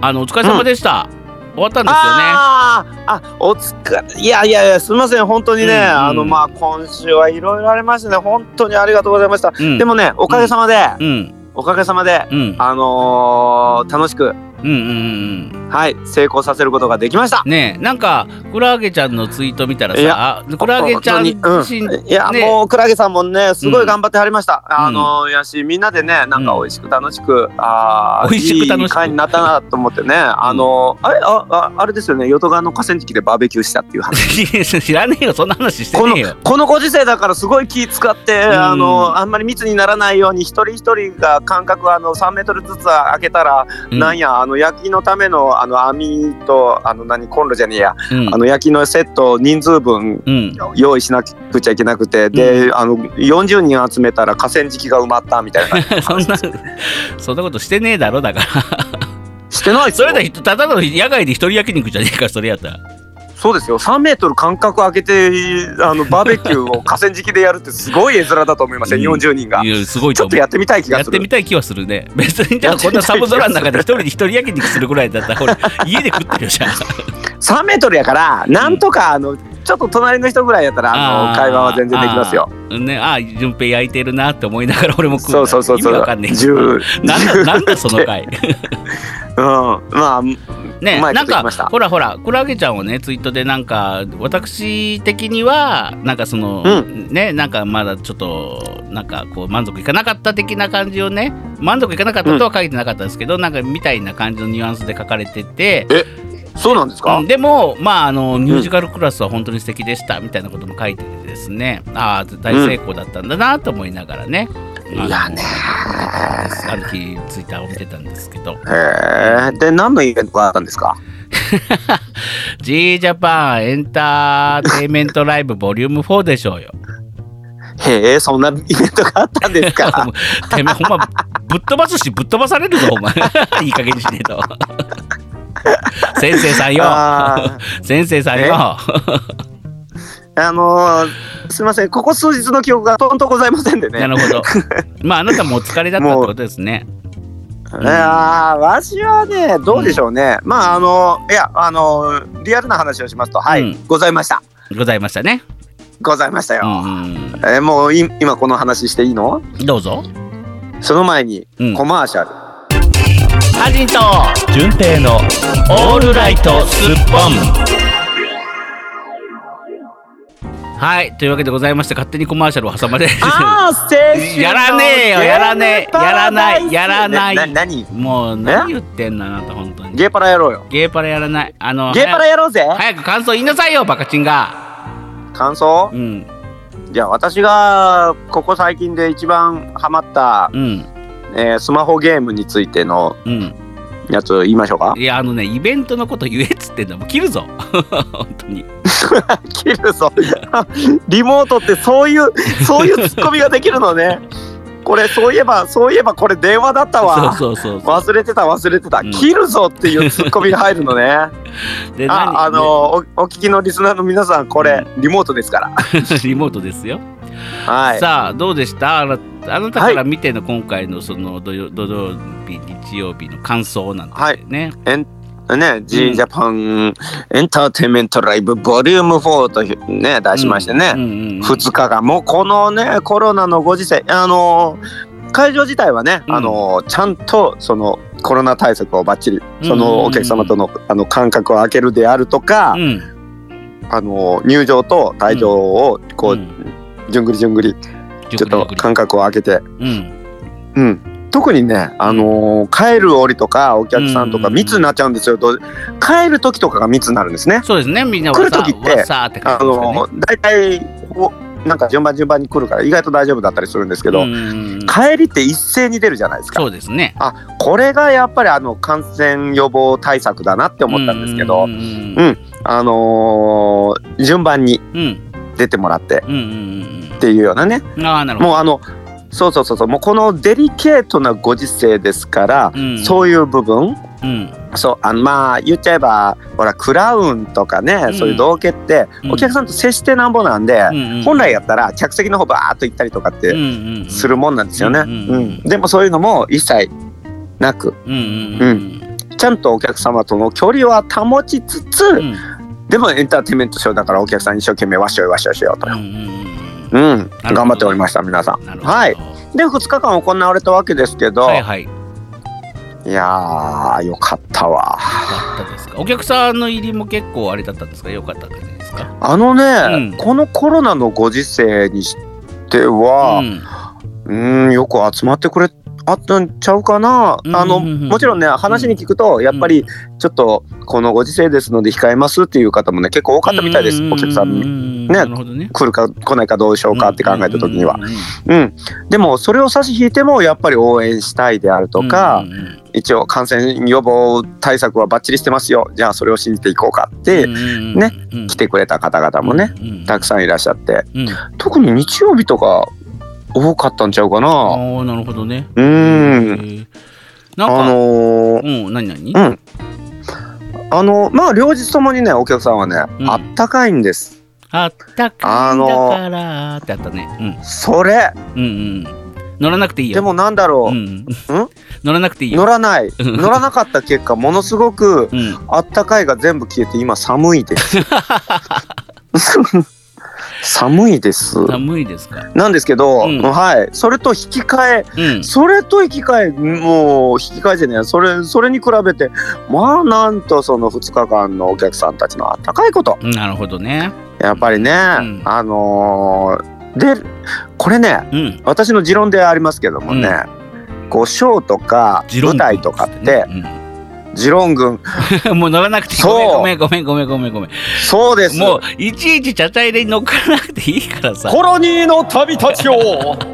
Speaker 1: あのお疲れ様でした、終わったんですよね
Speaker 4: あーあお疲れいやいやいやすみません本当にね、
Speaker 1: うんうん
Speaker 4: あのまあ今週はいろいろありましたね本当にありがとうございました、
Speaker 1: うん
Speaker 4: でもねおかげさまで、
Speaker 1: うん
Speaker 4: おかげさまで
Speaker 1: うん
Speaker 4: あのー楽しく
Speaker 1: うんうんうん
Speaker 2: はい、成功させることができました。
Speaker 1: ねえなんかクラゲちゃんのツイート見たら
Speaker 2: い
Speaker 1: さクラゲちゃん
Speaker 2: 本当
Speaker 1: 自
Speaker 2: に
Speaker 1: 身、
Speaker 2: うん、 いや、
Speaker 1: ね
Speaker 2: もうクラゲさんもねすごい頑張ってはりました、
Speaker 1: ん
Speaker 2: あのやしみんなでねなんか美味しく楽しく、あー
Speaker 1: 美味しく楽しく
Speaker 2: いい会になったなと思ってねあのあれあああれですよね淀川の河川敷でバーベキューしたっていう話
Speaker 1: 知らねえよそんな話して
Speaker 2: この
Speaker 1: ねえよ
Speaker 2: このご時世だからすごい気使って、
Speaker 1: ん
Speaker 2: あのあんまり密にならないように一人一人が間隔あの3メートルずつ開けたら、
Speaker 1: うん
Speaker 2: なんやあの焼きのためのあの網とあの何コンロじゃねえや、
Speaker 1: うん
Speaker 2: あの焼きのセット人数分
Speaker 1: うん
Speaker 2: 用意しなくちゃいけなくてで、あの40人集めたら河川敷が埋まったみた いな
Speaker 1: そんなそんなことしてねえだろだから
Speaker 2: してないです
Speaker 1: そ
Speaker 2: よ
Speaker 1: れだ人ただの野外で一人焼肉じゃねえかそれやったら
Speaker 2: そうですよ3メートル間隔空けてあのバーベキューを河川敷でやるってすごい絵面だと思いません、
Speaker 1: うん
Speaker 2: 40人が
Speaker 1: いやすごい
Speaker 2: ち
Speaker 1: と
Speaker 2: ょっ
Speaker 1: 思
Speaker 2: と
Speaker 1: う
Speaker 2: やってみたい気
Speaker 1: や
Speaker 2: が
Speaker 1: っ
Speaker 2: す
Speaker 1: て
Speaker 2: る
Speaker 1: みたい気はするね別にだからこんな寒空の中で一人で一人焼肉するぐらいだったらこれ家で食ってるよじゃん
Speaker 2: 3メートルやからなんとかあのちょっと隣の人ぐらいやったらあの
Speaker 1: あー
Speaker 2: 会話は全然できますよ
Speaker 1: ねああ順平焼いてるなって思いながら俺も食う
Speaker 2: そうそうそう
Speaker 1: 意
Speaker 2: そ
Speaker 1: 味
Speaker 2: う
Speaker 1: わかんねえけど
Speaker 2: 10
Speaker 1: なんだなんだその回
Speaker 2: うんまあ
Speaker 1: ね
Speaker 2: うまい
Speaker 1: な
Speaker 2: こと
Speaker 1: ん
Speaker 2: 言い
Speaker 1: か
Speaker 2: ました
Speaker 1: ほらほらクラゲちゃんをねツイートでなんか私的にはなんかその、
Speaker 2: う
Speaker 1: ねなんかまだちょっとなんかこう満足いかなかった的な感じをね満足いかなかったとは書いてなかったですけど、なんかみたいな感じのニュアンスで書かれてて。
Speaker 2: そうなんですか、
Speaker 1: うんでも、まあ、あのミュージカルクラスは本当に素敵でしたみたいなことも書いててですね、ああ大成功だったんだなと思いながらね、あの
Speaker 2: いやね
Speaker 1: ある日ツイッターを見てたんですけど
Speaker 2: へえで何のイベントがあったんですか
Speaker 1: G ジャパンエンターテインメントライブボリューム4でしょうよ。
Speaker 2: へえそんなイベントがあったんです か
Speaker 1: もうてめえほんまぶっ飛ばすしぶっ飛ばされるぞお前 いい加減にしねえと。 先生さんよ
Speaker 2: あ
Speaker 1: 先生さんよ
Speaker 2: ーあのー、すみません、ここ数日の記憶がとんとございませんでね。
Speaker 1: なるほ ど。まああなたもお疲れだったってことですね。
Speaker 2: いやーわしはね、どうでしょうね。まあ、あのーいや、あのーリアルな話をしますと、はい、
Speaker 1: うん
Speaker 2: ございました。
Speaker 1: ございましたね。
Speaker 2: ございました
Speaker 1: う
Speaker 2: よ。
Speaker 1: んうん
Speaker 2: えーもうい今この話していいの
Speaker 1: うん、どうぞ。
Speaker 2: その前に、
Speaker 1: うん
Speaker 2: コマーシャル。
Speaker 1: ハジンと純平のオールライトスッポン。はいというわけでございまして勝手にコマーシャルを挟まれ。
Speaker 2: ああ、先週の
Speaker 1: やらねえよやらねえやらないやらない
Speaker 2: な何
Speaker 1: もう何言ってんのあなた本当に
Speaker 2: ゲーパラやろうよ。
Speaker 1: ゲーパラやらないあの
Speaker 2: ゲーパラやろうぜ。
Speaker 1: 早く感想言いなさいよバカチンが
Speaker 2: 感想
Speaker 1: うん
Speaker 2: じゃあ私がここ最近で一番ハマった、
Speaker 1: うん
Speaker 2: えースマホゲームについての
Speaker 1: うん
Speaker 2: やつ言いましょうか
Speaker 1: いやあのねイベントのこと言えっつってんだもう切るぞ本当に
Speaker 2: 切るぞ リモートってそういうそういうツッコミができるのねこれそういえばそういえばこれ電話だったわ
Speaker 1: そうそうそう
Speaker 2: 忘れてた忘れてた、
Speaker 1: うん
Speaker 2: 切るぞっていうツッコミが入るの ね
Speaker 1: で
Speaker 2: ああのおお聞きのリスナーの皆さんこれリモートですから
Speaker 1: 何 リモートですよ、
Speaker 2: はい
Speaker 1: さあどうでしたあなあなたから見ての今回のその土曜土曜日日曜日の感想なんてね、
Speaker 2: ね、G ジャパンエンターテインメントライブボリューム4というね題しましてね、
Speaker 1: うんうんうん
Speaker 2: 2日がもうこのねコロナのご時世あのー会場自体はね、
Speaker 1: うん
Speaker 2: あのーちゃんとそのコロナ対策をばっちりそ
Speaker 1: うんうんうん
Speaker 2: のお客様との,、あの間隔を空けるであるとか、
Speaker 1: うん
Speaker 2: あのー入場と退場をこう、
Speaker 1: ん
Speaker 2: じゅんぐりじゅんぐりちょっと間隔を空けて、
Speaker 1: うん
Speaker 2: うん、特にね、あのー帰る折とかお客さんとか
Speaker 1: うん
Speaker 2: 密になっちゃうんですよ、どう帰る時とかが密になるんですね。
Speaker 1: そうですねみんな
Speaker 2: 来る時って
Speaker 1: わさーって
Speaker 2: あ
Speaker 1: 感じですよね
Speaker 2: のー大体こうなんか順番順番に来るから意外と大丈夫だったりするんですけど、
Speaker 1: うんうんうん
Speaker 2: 帰りって一斉に出るじゃないですか
Speaker 1: そうですね
Speaker 2: これがやっぱりあの感染予防対策だなって思ったんですけど、
Speaker 1: うんうん
Speaker 2: あのー順番に
Speaker 1: うん
Speaker 2: 出てもらって
Speaker 1: うんうん
Speaker 2: っていうようなね
Speaker 1: うんああなるほど
Speaker 2: もうあのそうそうそうそうもうこのデリケートなご時世ですから、
Speaker 1: うん
Speaker 2: そういう部分
Speaker 1: うん
Speaker 2: そうあのまあ言っちゃえばほらクラウンとかね、
Speaker 1: ん
Speaker 2: そういう道化って
Speaker 1: うん
Speaker 2: お客さんと接してなんぼなんで、
Speaker 1: うんうん
Speaker 2: 本来やったら客席の方バーっと行ったりとかっ
Speaker 1: うん
Speaker 2: て
Speaker 1: うんうん
Speaker 2: するもんなんですよね。
Speaker 1: うんうん
Speaker 2: うんでもそういうのも一切なく
Speaker 1: うんうんうん
Speaker 2: ちゃんとお客様との距離は保ちつつ、
Speaker 1: うんうん
Speaker 2: でもエンターテインメントショーだからお客さん一生懸命わしょいわしょいしようと
Speaker 1: う。んうん
Speaker 2: うん、
Speaker 1: ほど
Speaker 2: 頑張っておりました皆さん
Speaker 1: なるほど
Speaker 2: はいで2日間行われたわけですけど、
Speaker 1: はいはい
Speaker 2: いやーよかったわ
Speaker 1: だったですかお客さんの入りも結構あれだったんですか良かった感じですか
Speaker 2: あのね、
Speaker 1: うん
Speaker 2: このコロナのご時世にしては、
Speaker 1: うん
Speaker 2: うーん、よく集まってくれあったんちゃうかな、
Speaker 1: うん
Speaker 2: あの
Speaker 1: うんうんうん
Speaker 2: もちろんね話に聞くと、やっぱりちょっとこのご時世ですので控えますっていう方もね結構多かったみたいです、お客さんに
Speaker 1: ん
Speaker 2: ね
Speaker 1: なるほどね
Speaker 2: 来るか来ないかどうしようかって考えた時には
Speaker 1: うんうんうんうん
Speaker 2: うんでもそれを差し引いてもやっぱり応援したいであるとか、
Speaker 1: うんうんうん
Speaker 2: 一応感染予防対策はバッチリしてますよじゃあそれを信じていこうかって、
Speaker 1: うんうん
Speaker 2: ね
Speaker 1: うん
Speaker 2: 来てくれた方々もね、
Speaker 1: うんうん
Speaker 2: たくさんいらっしゃって
Speaker 1: うん
Speaker 2: 特に日曜日とか多かったんちゃうか
Speaker 1: あ
Speaker 2: な
Speaker 1: あなるほどね
Speaker 2: う
Speaker 1: へ
Speaker 2: ん
Speaker 1: ーなんか
Speaker 2: あのー
Speaker 1: うん何何
Speaker 2: うんあのまあ両日ともにねお客さんはね、
Speaker 1: うん
Speaker 2: あったかいんです
Speaker 1: あったかいんだからってあったね
Speaker 2: それ
Speaker 1: うんうんうん乗らなくていいよ
Speaker 2: でもなんだろ
Speaker 1: う
Speaker 2: う、
Speaker 1: ん 乗らなくていいよ
Speaker 2: 乗らない
Speaker 1: うん
Speaker 2: 乗らなかった結果ものすごく
Speaker 1: うん
Speaker 2: あったかいが全部消えて今寒いです 寒いです
Speaker 1: 寒いですか
Speaker 2: なんですけど、
Speaker 1: うん
Speaker 2: はいそれと引き換え
Speaker 1: うん
Speaker 2: それと引き換えもう引き換えじゃねえそれそれに比べてまあなんとその2日間のお客さんたちのあったかいこと
Speaker 1: なるほどね
Speaker 2: やっぱりね、
Speaker 1: ん
Speaker 2: あのーでこれね
Speaker 1: うん
Speaker 2: 私の持論でありますけどもね、こうショーとか
Speaker 1: ジロン
Speaker 2: 舞
Speaker 1: グ
Speaker 2: 台とかって持論軍
Speaker 1: うん もう乗らなくていい
Speaker 2: そう
Speaker 1: ごめんごめんごめんごめんごめんごめん
Speaker 2: そうです
Speaker 1: もういちいち茶ャ入れに乗っからなくていいからさ
Speaker 4: コロニーの旅たちよ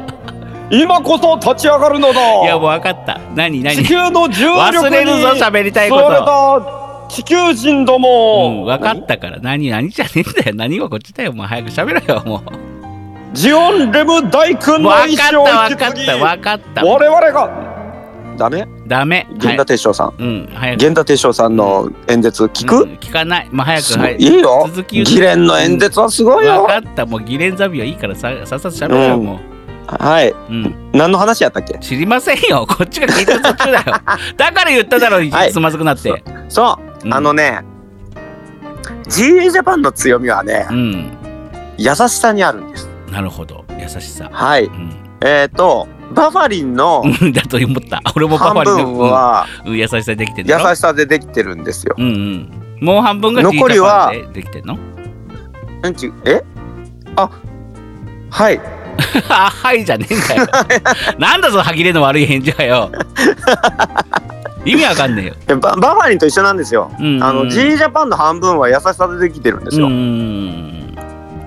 Speaker 4: 今こそ立ち上がるのだ
Speaker 1: いやもう分かった何何
Speaker 4: 地球の重力
Speaker 1: 忘
Speaker 4: に
Speaker 1: れるぞ喋りたいこ
Speaker 4: それ
Speaker 1: と
Speaker 4: だ地球人ど
Speaker 1: うん
Speaker 4: も、
Speaker 1: 分かったから何何じゃねえんだよ何はこっちだよもう早く喋れよもう
Speaker 4: ジオン・レム大君の
Speaker 1: 分
Speaker 4: 意
Speaker 1: かった
Speaker 4: 思を引
Speaker 1: 分
Speaker 4: き
Speaker 1: かっ
Speaker 4: 継ぎ
Speaker 1: た分かった
Speaker 4: 我々が
Speaker 2: ダメ
Speaker 1: ダメ
Speaker 2: 源田
Speaker 1: はい
Speaker 2: 鉄章さん
Speaker 1: うん早く
Speaker 2: 源田鉄章さんの演説聞
Speaker 1: う
Speaker 2: く、
Speaker 1: ん聞かないまあ早く
Speaker 2: すご
Speaker 1: はいい
Speaker 2: いいよ
Speaker 1: 続き言う
Speaker 2: 議連の演説はすごい
Speaker 1: 分
Speaker 2: よ
Speaker 1: かったもうギレンザビはいいからささっさと喋れよ
Speaker 2: うん
Speaker 1: も
Speaker 2: はいう
Speaker 1: うん
Speaker 2: 何の話やったっけ
Speaker 1: 知りませんよ こっちが聞いた途中 だよだから言っただろ
Speaker 2: はい
Speaker 1: つまずくなって、
Speaker 2: そう、
Speaker 1: うん
Speaker 2: あのね GA ジャパンの強みはね
Speaker 1: うん
Speaker 2: 優しさにあるんです
Speaker 1: なるほど優しさ
Speaker 2: はい
Speaker 1: うん
Speaker 2: えっ、ー、とバファリンの
Speaker 1: うん だと思った俺もパ
Speaker 2: 半
Speaker 1: パにね
Speaker 2: 分は
Speaker 1: うんうん優しさでできてん
Speaker 2: 優
Speaker 1: だろ
Speaker 2: しさでできてるんですよ
Speaker 1: うんうんもう半分がティーチャー
Speaker 2: 残りは
Speaker 1: パンでできてんの
Speaker 2: うんちえあはい
Speaker 1: あはいじゃねえんだ よなんだその歯切れの悪い返事はよ意味わかんねえよ、
Speaker 2: ババファリンと一緒なんですよ、
Speaker 1: うんうん、
Speaker 2: あの G ジャパンの半分は優しさでできてるんですよ、
Speaker 1: うんうん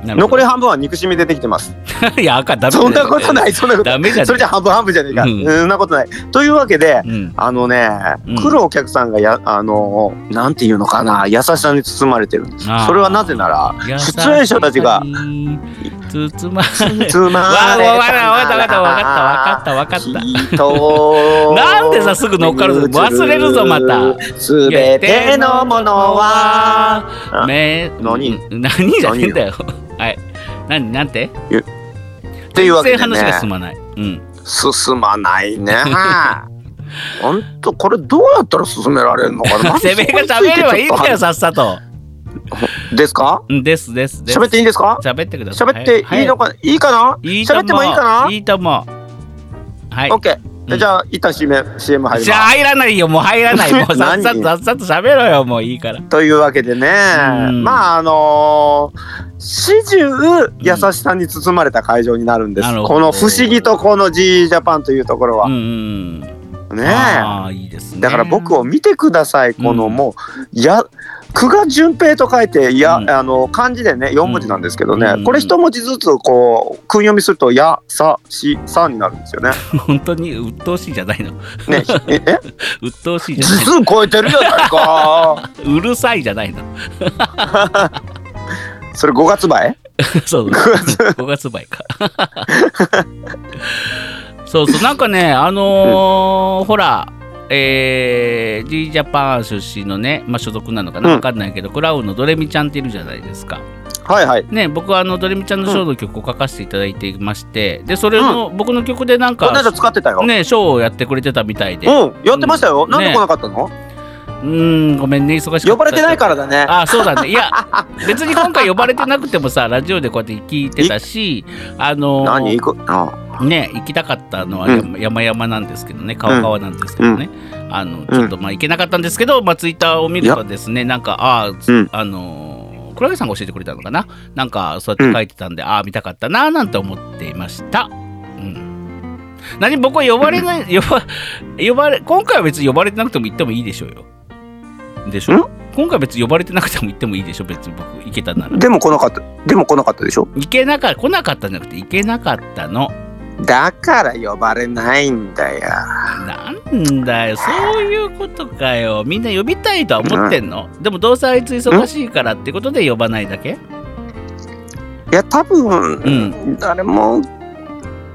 Speaker 1: なるほ
Speaker 2: 残
Speaker 1: ど
Speaker 2: り半分は憎しみでできてます。
Speaker 1: いや赤ダメだよ
Speaker 2: そんなことない、そんなことな
Speaker 1: ダメじゃ
Speaker 2: い。それ
Speaker 1: ね
Speaker 2: じゃ半分半分じゃねえか。
Speaker 1: うん
Speaker 2: そんなことない。というわけで、
Speaker 1: えうん
Speaker 2: あのね、
Speaker 1: うん
Speaker 2: 来るお客さんがや、あの、なんていうのかな、優しさに包まれてるんです。
Speaker 1: あー
Speaker 2: それはなぜなら、出演者たちが。
Speaker 1: 包まれ
Speaker 2: 包まれ
Speaker 1: わ
Speaker 2: たなら。
Speaker 1: わわわかったわかったわかったわかったわかった
Speaker 2: 人
Speaker 1: なんでさすぐ乗っかるぞ忘れるぞまた。
Speaker 2: すべてのものは。あ
Speaker 1: め
Speaker 2: 何
Speaker 1: うん何じゃねえんだよはい何なんて
Speaker 2: っていうわけで
Speaker 1: 全然話が進
Speaker 2: ね、
Speaker 1: まないうん
Speaker 2: 進まな いね。ほんと、これどうやったら進められるのか な。
Speaker 1: てめえが喋ればいいんだよ
Speaker 2: さ。
Speaker 1: さっさと
Speaker 2: ですか
Speaker 1: うんですですです
Speaker 2: 喋っていいんですか
Speaker 1: 喋ってください
Speaker 2: 喋っていいの
Speaker 1: か
Speaker 2: か、いいかな喋ってもいいかない
Speaker 1: いと思うはい
Speaker 2: オッケー。じゃあ、一旦 CM, CM 入り
Speaker 1: じゃあ
Speaker 2: ます。
Speaker 1: 入らないよもう入らないもうさっ
Speaker 2: 何
Speaker 1: さとさっさと喋ろよもういいから
Speaker 2: というわけでね、
Speaker 1: ん
Speaker 2: まああのー、始終優しさに包まれた会場になるんです、
Speaker 1: なるほど
Speaker 2: この不思議とこの G ジャパンというところ
Speaker 1: う
Speaker 2: は、
Speaker 1: んうん
Speaker 2: ね
Speaker 1: ああいいですね
Speaker 2: だから僕を見てくださいこの
Speaker 1: うん
Speaker 2: もう、や久我淳平と書いてや、
Speaker 1: うん
Speaker 2: あの漢字でね4文字なんですけどね、
Speaker 1: うん
Speaker 2: これ一文字ずつこう訓読みすると「やさしさ」になるんですよね。
Speaker 1: 本当に鬱陶しいじゃないの
Speaker 2: ねええ
Speaker 1: 鬱陶しいじ
Speaker 2: 字
Speaker 1: ゃない
Speaker 2: 数超えてるじゃないか
Speaker 1: のうるさいじゃないの
Speaker 2: それ5月前
Speaker 1: そう5月売か そうそうなんかねあのーほらえー、G ジャパン出身のね、まあ、所属なのかな
Speaker 2: うん
Speaker 1: わかんないけど、クラウンのドレミちゃんっているじゃないですか。
Speaker 2: はいはい。
Speaker 1: ね僕はあのドレミちゃんのショーの曲を書かせていただいていましてでそれの、僕の曲でなん
Speaker 2: こんな
Speaker 1: か
Speaker 2: の使ってたよ。
Speaker 1: ねショーをやってくれてたみたいで、
Speaker 2: うん、やってましたよ。
Speaker 1: うん
Speaker 2: なんで来なかったの？
Speaker 1: うーんごめんね忙しかった
Speaker 2: 呼ばれてないからだね
Speaker 1: あそうだねい や別に今回呼ばれてなくてもさラジオでこうやって聞いてたしあの
Speaker 2: 何行くあ
Speaker 1: ね行きたかったのは
Speaker 2: うん
Speaker 1: 山山々なんですけどね川川なんですけどね、あのちょっとまあ行けなかったんですけど、まあ、ツイッターを見るとですねなんかああ、
Speaker 2: うん
Speaker 1: あのー黒柳さんが教えてくれたのかななんかそうやって書いてたんで、ああ見たかったなーなんて思っていました。うん何僕は呼ばれ ない呼ば呼ばれ今回は別に呼ばれてなくても行ってもいいでしょうよ。でしょ今回は別に呼ばれてなくても行ってもいいでしょ別に僕行けたなら。
Speaker 2: でも来なかったでも来なかったでしょ
Speaker 1: 行けなかった来なかったんじゃなくて行けなかったの。
Speaker 2: だから呼ばれないんだよ
Speaker 1: なんだよ、そういうことかよ。みんな呼びたいとは思ってんの、でもどうせあいつ忙しいからってことで呼ばないだけ
Speaker 2: いや多分、
Speaker 1: う
Speaker 2: 誰も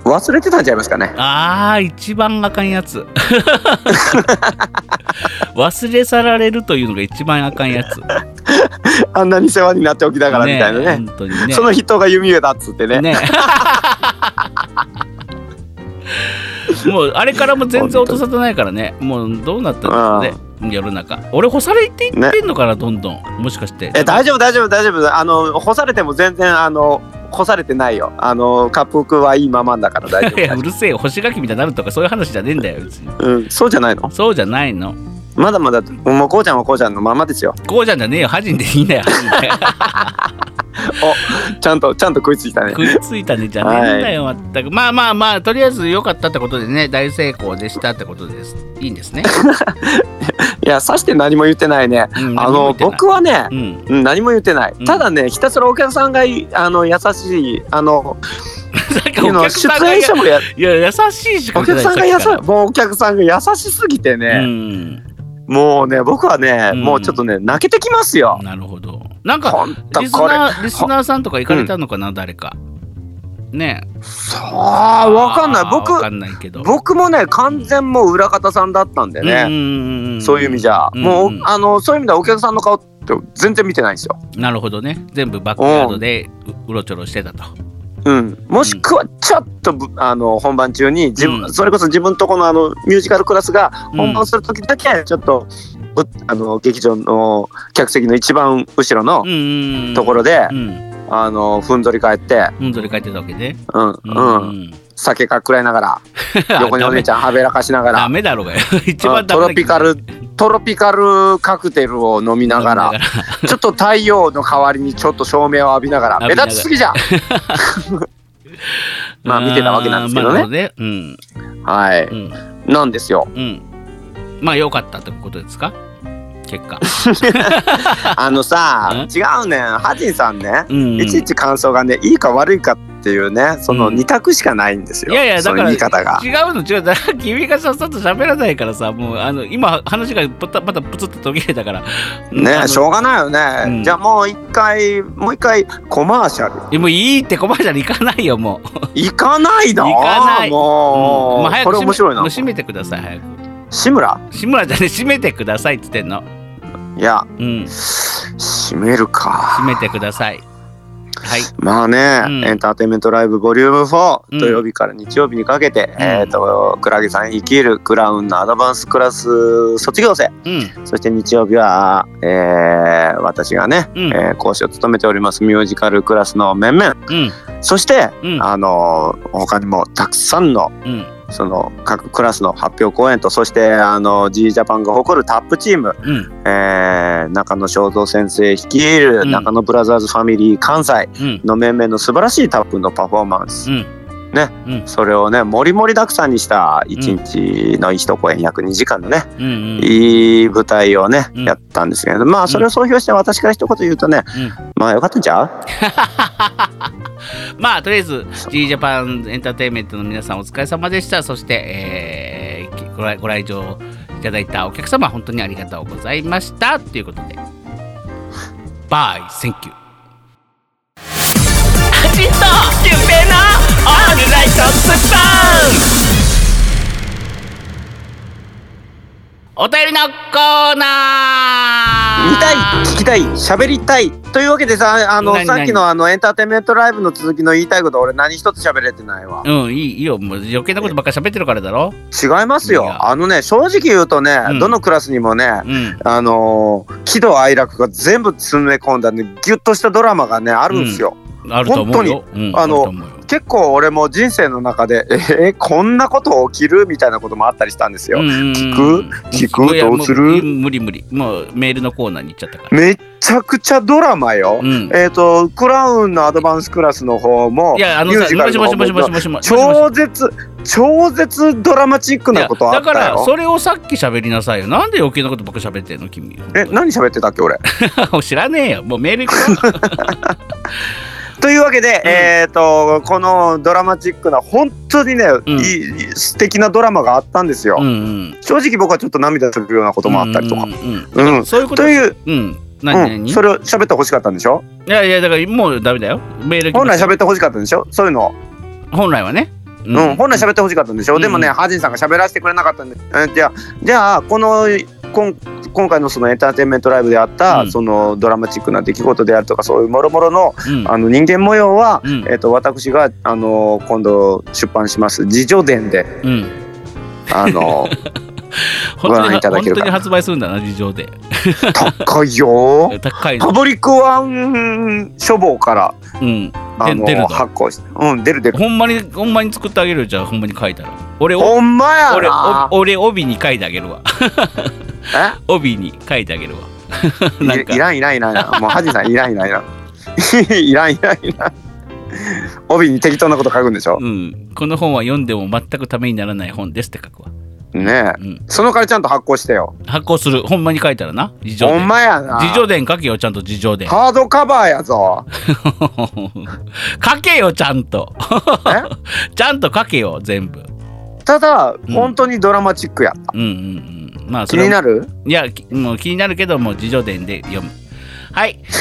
Speaker 2: 忘れてたんちゃいますかね
Speaker 1: ああ、一番あかんや つ。忘れ去られるというのが一番あかんやつ。だ
Speaker 2: あんなに世話になっておきながらみたいなね
Speaker 1: 本当にね。
Speaker 2: その人が弓矢だっつってね
Speaker 1: ね もうあれからも全然音沙汰ないからね。もうどうなったんだろうね、世の中。俺、干されていってんのかな、どんどん。もしかして。
Speaker 2: え大丈夫大丈夫大丈夫あの干されても全然あの干されてないよあの滑覆はいいままだから大
Speaker 1: いや
Speaker 2: 丈
Speaker 1: うるせえ よ干し柿みたいになるとかそういう話じゃねえんだよ別に
Speaker 2: 夫、うん、そうじゃないの
Speaker 1: そうじゃないの
Speaker 2: まだまだもうこうちゃんはこうちゃんのままですよ
Speaker 1: こうじゃんじゃねえよ恥じんでいいんだよ恥じんで
Speaker 2: ちゃんとちゃんと食いついた ね
Speaker 1: 食いついたねじゃねえんだよ全くまあまあまあとりあえず良かったってことでね大成功でしたってことですいいんですね、
Speaker 2: いやさして何も言ってないね
Speaker 1: うん
Speaker 2: あ
Speaker 1: 何も言っ
Speaker 2: の
Speaker 1: てない
Speaker 2: 僕はね
Speaker 1: うん
Speaker 2: うん何も言ってない、
Speaker 1: うん
Speaker 2: ただねひたすらお客さんがいあの優しいあの
Speaker 1: なん
Speaker 2: い
Speaker 1: か
Speaker 2: う
Speaker 1: お
Speaker 2: の
Speaker 1: 客
Speaker 2: 出
Speaker 1: さんが
Speaker 2: 演
Speaker 1: や
Speaker 2: 者もや
Speaker 1: いや優しいしか
Speaker 2: お客さんが優しいもうお客さんが優しすぎて
Speaker 1: う
Speaker 2: ね、
Speaker 1: ん
Speaker 2: もうね僕はね、
Speaker 1: うん
Speaker 2: もうちょっとね泣けてきますよ、
Speaker 1: なるほどなんか
Speaker 2: ほんと
Speaker 1: リス
Speaker 2: これ
Speaker 1: ナーリスナーさんとか行かれたのかな、誰かねえ
Speaker 2: ああわかんない
Speaker 1: あー
Speaker 2: 僕
Speaker 1: わかんないけど
Speaker 2: 僕もね完全もう裏方さんだったんで
Speaker 1: うん
Speaker 2: ね、
Speaker 1: うんんん
Speaker 2: そういう意味じゃ、
Speaker 1: うん
Speaker 2: もう
Speaker 1: うん
Speaker 2: あのそういう意味ではお客さんの顔って全然見てないんですよ、
Speaker 1: なるほどね全部バックヤードでううろちょろしてたと
Speaker 2: うん、もしくはちょっとぶあの本番中に自分、
Speaker 1: うん
Speaker 2: それこそ自分とこのあのミュージカルクラスが
Speaker 1: うん
Speaker 2: 本番する時だけちょっと、ぶあの劇場の客席の一番後ろの
Speaker 1: うんうんうん
Speaker 2: ところで、
Speaker 1: うん
Speaker 2: あのふんぞり返って、
Speaker 1: うんそれ書いてたわけね
Speaker 2: うんうん酒かっくらいなが ら横にお姉ちゃんはべらかしながら
Speaker 1: ダメだろうがよ 一
Speaker 2: う
Speaker 1: 番
Speaker 2: ん
Speaker 1: ダ
Speaker 2: ト
Speaker 1: メだ
Speaker 2: ロピカルトロピカルカクテルを飲みながら
Speaker 1: 飲み
Speaker 2: ちょっと太陽の代わりにちょっと照明を浴びながら
Speaker 1: 浴
Speaker 2: 目
Speaker 1: びながら
Speaker 2: 立ちすぎじゃんまあ見てたわけなんですけど
Speaker 1: まあ
Speaker 2: ね
Speaker 1: なるほどね
Speaker 2: は
Speaker 1: う
Speaker 2: い
Speaker 1: ん
Speaker 2: なんですよ
Speaker 1: うんうんまあ良かったってことですか結果
Speaker 2: あのさ
Speaker 1: ん
Speaker 2: 違うねんハジンさんね
Speaker 1: うん
Speaker 2: いちいち感想がねいいか悪いかっていうねその
Speaker 1: うん
Speaker 2: 二択しかないんですよ
Speaker 1: いやいやだ
Speaker 2: そ
Speaker 1: か
Speaker 2: の
Speaker 1: ら
Speaker 2: 言い方が
Speaker 1: 違うの違う だから君がさっさと喋らないからさもうあの今話がポタまたプツッと途切れたからあ
Speaker 2: ね
Speaker 1: の
Speaker 2: しょうがないよ
Speaker 1: う
Speaker 2: ね
Speaker 1: ん
Speaker 2: じゃあもう一回もう一回コマーシャル
Speaker 1: いやもういいってコマーシャル行かないよもう
Speaker 2: 行かないの
Speaker 1: 行かないうん
Speaker 2: も
Speaker 1: もう
Speaker 2: う
Speaker 1: 早
Speaker 2: こ
Speaker 1: く閉
Speaker 2: れ面
Speaker 1: め
Speaker 2: 白
Speaker 1: も
Speaker 2: いな
Speaker 1: う閉めてください早く
Speaker 2: 志村
Speaker 1: 志村じゃね 閉めてくださいって言ってんの
Speaker 2: いや
Speaker 1: うん
Speaker 2: 閉めるか
Speaker 1: 閉めてくださいはい
Speaker 2: まあね、
Speaker 1: うん
Speaker 2: エンターテインメントライブボリューム
Speaker 1: うん
Speaker 2: 4土曜日から日曜日にかけて、
Speaker 1: うん
Speaker 2: えっ、とクラゲさん率いるクラウンのアドバンスクラス卒業生
Speaker 1: うん
Speaker 2: そして日曜日は、えー私がね、
Speaker 1: うん
Speaker 2: えー講師を務めておりますミュージカルクラスの面々
Speaker 1: うん
Speaker 2: そして、
Speaker 1: うん
Speaker 2: あのー他にもたくさんの
Speaker 1: うん
Speaker 2: その各クラスの発表公演とそしてあの G ジャパンが誇るタップチーム、
Speaker 1: うん
Speaker 2: えー中野正蔵先生率いる、
Speaker 1: うん
Speaker 2: 中野ブラザーズファミリー関西
Speaker 1: うん
Speaker 2: の面々の素晴らしいタップのパフォーマンス、
Speaker 1: うん
Speaker 2: ね、
Speaker 1: うん
Speaker 2: それをねもりもりだくさんにした1日の一公演約2時間のね、
Speaker 1: うんうん
Speaker 2: いい舞台をね、
Speaker 1: うん
Speaker 2: やったんですけれどまあそれを総評して私から一言言うとね、
Speaker 1: うん
Speaker 2: まあよかったんちゃう
Speaker 1: まあとりあえず G ジャパンエンターテインメントの皆さんお疲れ様でしたそして、えーきご来ご来場いただいたお客様本当にありがとうございましたということでバイセンキューハチッとキュンペイのオールライトスッポンお便りのコーナー
Speaker 2: 見たい聞きたい喋りたいというわけでさあの
Speaker 1: 何
Speaker 2: さっきのあのエンターテインメントライブの続きの言いたいこと俺何一つ喋れてないわ
Speaker 1: うん、いいいいよ。もう余計なことばっかり喋ってるからだろ。
Speaker 2: 違います
Speaker 1: い
Speaker 2: よ
Speaker 1: や
Speaker 2: あのね正直言うとね、
Speaker 1: うん
Speaker 2: どのクラスにもね
Speaker 1: うん。
Speaker 2: あのー喜怒哀楽が全部詰め込んだねギュッとしたドラマがねあるんですよ、
Speaker 1: あると思うよ。うん、
Speaker 2: あの
Speaker 1: ると思うよ
Speaker 2: 結構俺も人生の中でえーこんなこと起きるみたいなこともあったりしたんですよ、
Speaker 1: うんうんうん
Speaker 2: 聞く聞く
Speaker 1: うんいや
Speaker 2: どうする
Speaker 1: も無理無理。もうメールのコーナーに行っちゃったから。
Speaker 2: めっちゃくちゃドラマよ、
Speaker 1: うん。
Speaker 2: えっ、とクラウンのアドバンスクラスの方も
Speaker 1: いや、あの
Speaker 2: ミュー
Speaker 1: さ、
Speaker 2: ジカ
Speaker 1: も
Speaker 2: ル
Speaker 1: し
Speaker 2: の
Speaker 1: も
Speaker 2: 方
Speaker 1: しもしもしもしもしもし
Speaker 2: 超絶超絶ドラマチック
Speaker 1: い
Speaker 2: な
Speaker 1: や
Speaker 2: ことあ
Speaker 1: だ
Speaker 2: った
Speaker 1: か
Speaker 2: よ
Speaker 1: らそれをさっき喋りなさいよなんで余計なことばっか喋ってんの君
Speaker 2: え何喋ってたっけ俺
Speaker 1: 知らねえ よもうメール行くよ
Speaker 2: というわけで、
Speaker 1: うん
Speaker 2: えっ、とこのドラマチックな本当にね、
Speaker 1: ん
Speaker 2: いい素敵なドラマがあったんですよ、
Speaker 1: うんうん
Speaker 2: 正直僕はちょっと涙するようなこともあったりとか
Speaker 1: うんうん
Speaker 2: うん、
Speaker 1: うんそういうこと
Speaker 2: という、
Speaker 1: うん何
Speaker 2: う
Speaker 1: 何
Speaker 2: ん、
Speaker 1: い
Speaker 2: それを喋ってほしかったんでしょ
Speaker 1: やいやだからもうダメだよメール来
Speaker 2: 本
Speaker 1: ま
Speaker 2: 来
Speaker 1: す
Speaker 2: 喋ってほしかったんでしょそういうのを、
Speaker 1: 本来はねう
Speaker 2: うん本来喋ってほしかったんでしょ、
Speaker 1: うん
Speaker 2: でもねハジンさんが喋らせてくれなかったんで、えじゃあじゃあこのこん今回のそのエンターテインメントライブであった、
Speaker 1: うん
Speaker 2: そのドラマチックな出来事であるとかそういうもろもろの
Speaker 1: うん
Speaker 2: あの人間模様は、
Speaker 1: うん
Speaker 2: えっと私が、あの今度出版します「自叙伝」で、
Speaker 1: うん
Speaker 2: あの
Speaker 1: 本
Speaker 2: ご
Speaker 1: 当
Speaker 2: 覧
Speaker 1: に
Speaker 2: いただ
Speaker 1: 本
Speaker 2: ける
Speaker 1: 当
Speaker 2: か
Speaker 1: に
Speaker 2: な
Speaker 1: 発売するんだな事情で
Speaker 2: 高いよー
Speaker 1: 高い
Speaker 2: パ
Speaker 1: の
Speaker 2: ブリックワン書房から、
Speaker 1: うん
Speaker 2: あ
Speaker 1: で
Speaker 2: の
Speaker 1: 出るの
Speaker 2: 発行してうん出る出る
Speaker 1: ほんまにほんまに作ってあげるよじゃあほんまに書いたら俺お
Speaker 2: ほんまや
Speaker 1: 俺
Speaker 2: な
Speaker 1: お俺帯に書いてあげるわ
Speaker 2: え
Speaker 1: 帯に書いてあげるわ
Speaker 2: い
Speaker 1: なんか
Speaker 2: いらんいらんいらんいらんもうハジさんいらんいらんいらん いらんいらんいらん帯に適当なこと書くんでしょ
Speaker 1: うん、この本は読んでも全くためにならない本ですって書くわ。
Speaker 2: ねえ
Speaker 1: うん、
Speaker 2: その代わりちゃんと発行してよ
Speaker 1: 発行する、ほんまに書いたらな。自情
Speaker 2: ほん
Speaker 1: 伝。
Speaker 2: まやな
Speaker 1: 自情伝書けよ、ちゃんと自情 伝。
Speaker 2: ハードカバー やぞ
Speaker 1: 書けよ、ちゃんと。ちゃんと書けよ、全部。
Speaker 2: ただ
Speaker 1: ん
Speaker 2: 本当にドラマチックやった
Speaker 1: うんうんうん。まあ、そ
Speaker 2: 気
Speaker 1: れ
Speaker 2: に
Speaker 1: は
Speaker 2: なる
Speaker 1: いや、きもう気になるけど、もう自情伝で読む。はい。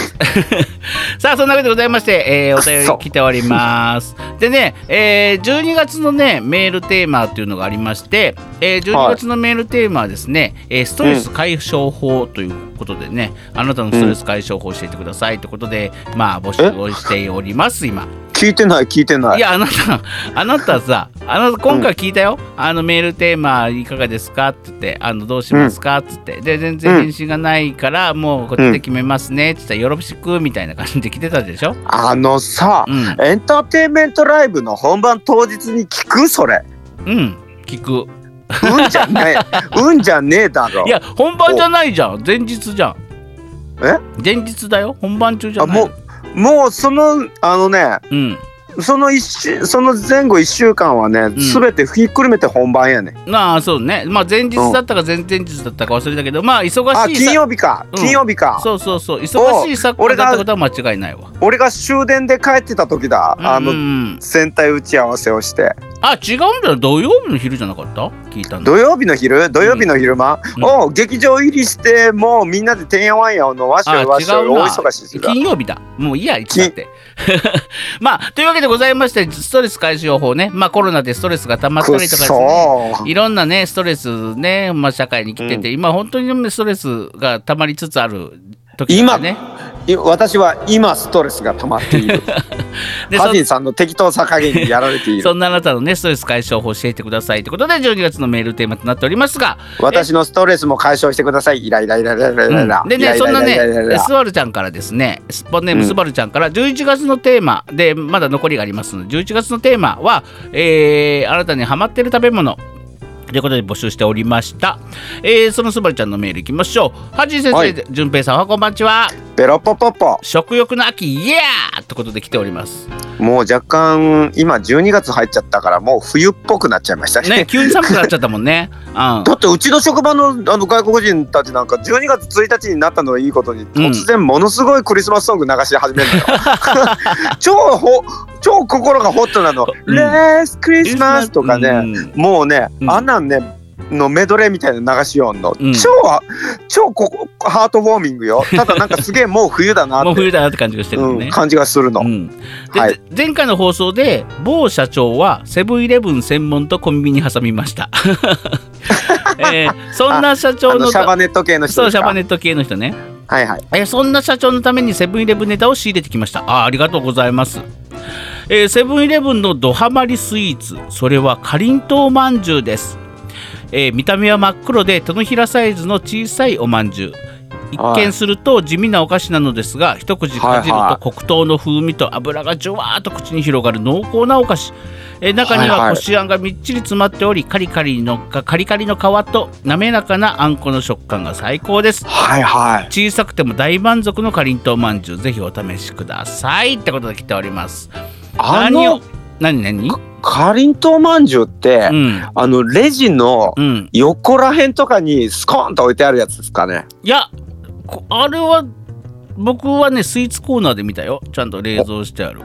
Speaker 1: さあ、そんなわけでございまして、えーお便
Speaker 2: くそ
Speaker 1: り来ております。でね、えー12月のね、メールテーマというのがありまして、えー12月のメールテーマはですね、えーストレス解消法ということでね、あなたのストレス解消法を教えてくださいということで、まあ、募集をしております、今。
Speaker 2: 聞いてない聞いてない
Speaker 1: いやあなたあなたさあなた今回聞いたよ、あのメールテーマいかがですかって言ってあのどうしますかって言ってで全然返信がないからもうこっちで決めますねって言ったらよろしくみたいな感じで来てたでしょ、
Speaker 2: あのさ
Speaker 1: うん
Speaker 2: エンターテインメントライブの本番当日に聞くそれ
Speaker 1: うん聞く
Speaker 2: うんじゃね えうんじゃねえだろ
Speaker 1: いや本番じゃないじゃん前日じゃん
Speaker 2: え
Speaker 1: 前日だよ本番中じ
Speaker 2: あ
Speaker 1: ゃない
Speaker 2: もうもうそのあのね
Speaker 1: うん
Speaker 2: その一週その前後1週間はね、
Speaker 1: ん
Speaker 2: すべてひっくるめて本番やね
Speaker 1: まあそうねまあ前日だったか前々日だったか忘れたけどまあ忙
Speaker 2: あ
Speaker 1: しい
Speaker 2: 金
Speaker 1: さ
Speaker 2: 曜日か、
Speaker 1: うん
Speaker 2: 金曜日か
Speaker 1: そうそうそう忙しい昨今だったことは間違いないわ
Speaker 2: 俺が終電で帰ってた時だ、あ
Speaker 1: う
Speaker 2: の
Speaker 1: ん
Speaker 2: 全体打ち合わせをして
Speaker 1: あ違うんだよ土曜日の昼じゃなかった聞いたの
Speaker 2: 土曜日の昼土曜日の昼間
Speaker 1: うん
Speaker 2: を、劇場入りしてもうみんなでてんやわんやをのわしょいわしょい
Speaker 1: あ違うな
Speaker 2: 大忙しにするわ
Speaker 1: 金曜日だもういいやいつだって まあというわけでございましてストレス解消法ねまあコロナでストレスが溜まった
Speaker 2: く
Speaker 1: りとかですね
Speaker 2: そー
Speaker 1: いろんなねストレスね、まあ、社会に来てて、今本当にストレスが溜まりつつある時だね
Speaker 2: い私は今ストレスが溜まっている
Speaker 1: でそ
Speaker 2: ハジンさんの適当さ加減にやられている
Speaker 1: そんなあなたのねストレス解消法を教えてくださいということで12月のメールテーマとなっておりますが
Speaker 2: 私のストレスも解消してくださいイライライライライライライラ
Speaker 1: うんで
Speaker 2: イラ
Speaker 1: ね、
Speaker 2: イ
Speaker 1: そ
Speaker 2: ラ
Speaker 1: ん
Speaker 2: イ
Speaker 1: な
Speaker 2: ライライライ
Speaker 1: ね、
Speaker 2: ラ
Speaker 1: スバルちゃんからですね、スポンネーム
Speaker 2: うん
Speaker 1: スバルちゃんから、11月のテーマで、まだ残りがありますので、11月のテーマは、えー、あなたにハマってる食べ物。ということで募集しておりました。えー、そのスバルちゃんのメールいきましょう。はじい先
Speaker 2: はい
Speaker 1: 生、じゅんぺいさん、おはこんばんちは。
Speaker 2: ペロポポポ
Speaker 1: 食欲の秋、イエーってことで来ております。
Speaker 2: もう若干今12月入っちゃったからもう冬っぽくなっちゃいましたね
Speaker 1: ね、急に寒くなっちゃったもんね。うん
Speaker 2: だ。ってうちの職場のあの外国人たちなんか12月1日になったのをいいことに突然ものすごいクリスマスソング流し始める のよ、超ほ超心がホットなの「
Speaker 1: うん
Speaker 2: レースクリスマス」とかね、
Speaker 1: うん
Speaker 2: もうね、
Speaker 1: うん
Speaker 2: あんなんねのメドレーみたいな流しよんの、
Speaker 1: うん
Speaker 2: 超超ここハートウォーミングよただなんかすげえもう冬だな
Speaker 1: もう
Speaker 2: って
Speaker 1: 冬だなって感じがしてるもん
Speaker 2: う
Speaker 1: ね
Speaker 2: ん。感じがするの、
Speaker 1: うんで
Speaker 2: はい
Speaker 1: 前回の放送で某社長はセブンイレブン専門とコンビニ挟みました、 えーそんな社
Speaker 4: あ
Speaker 1: 長の
Speaker 4: のシャバネット系の人
Speaker 1: そう
Speaker 4: です
Speaker 1: シ
Speaker 4: か
Speaker 1: ャバネット系の人ね、
Speaker 4: はいはい
Speaker 1: えーそんな社長のためにセブンイレブンネタを仕入れてきましたあーありがとうございますえーセブンイレブンのドハマりスイーツそれはかりんとうまんじゅうです、えー見た目は真っ黒で手のひらサイズの小さいおまんじゅう一
Speaker 4: はい
Speaker 1: 見すると地味なお菓子なのですが一口かじる
Speaker 4: はいは
Speaker 1: と
Speaker 4: い
Speaker 1: 黒糖の風味と油がじゅわーっと口に広がる濃厚なお菓子、えー中に
Speaker 4: はい
Speaker 1: は
Speaker 4: はい
Speaker 1: こしあんがみっちり詰まっておりカリカリのかカリカリの皮と滑らかなあんこの食感が最高です
Speaker 4: はいはい
Speaker 1: 小さくても大満足のかりんとうまんじゅうぜひお試しくださいってことで来ております
Speaker 4: あ
Speaker 1: 何を
Speaker 4: の
Speaker 1: 何何
Speaker 4: かりんとうまんじゅうって、
Speaker 1: うん
Speaker 4: あのレジの
Speaker 1: うん
Speaker 4: 横らへんとかにスコーンと置いてあるやつですかね
Speaker 1: いやこあれは僕はねスイーツコーナーで見たよちゃんと冷蔵してある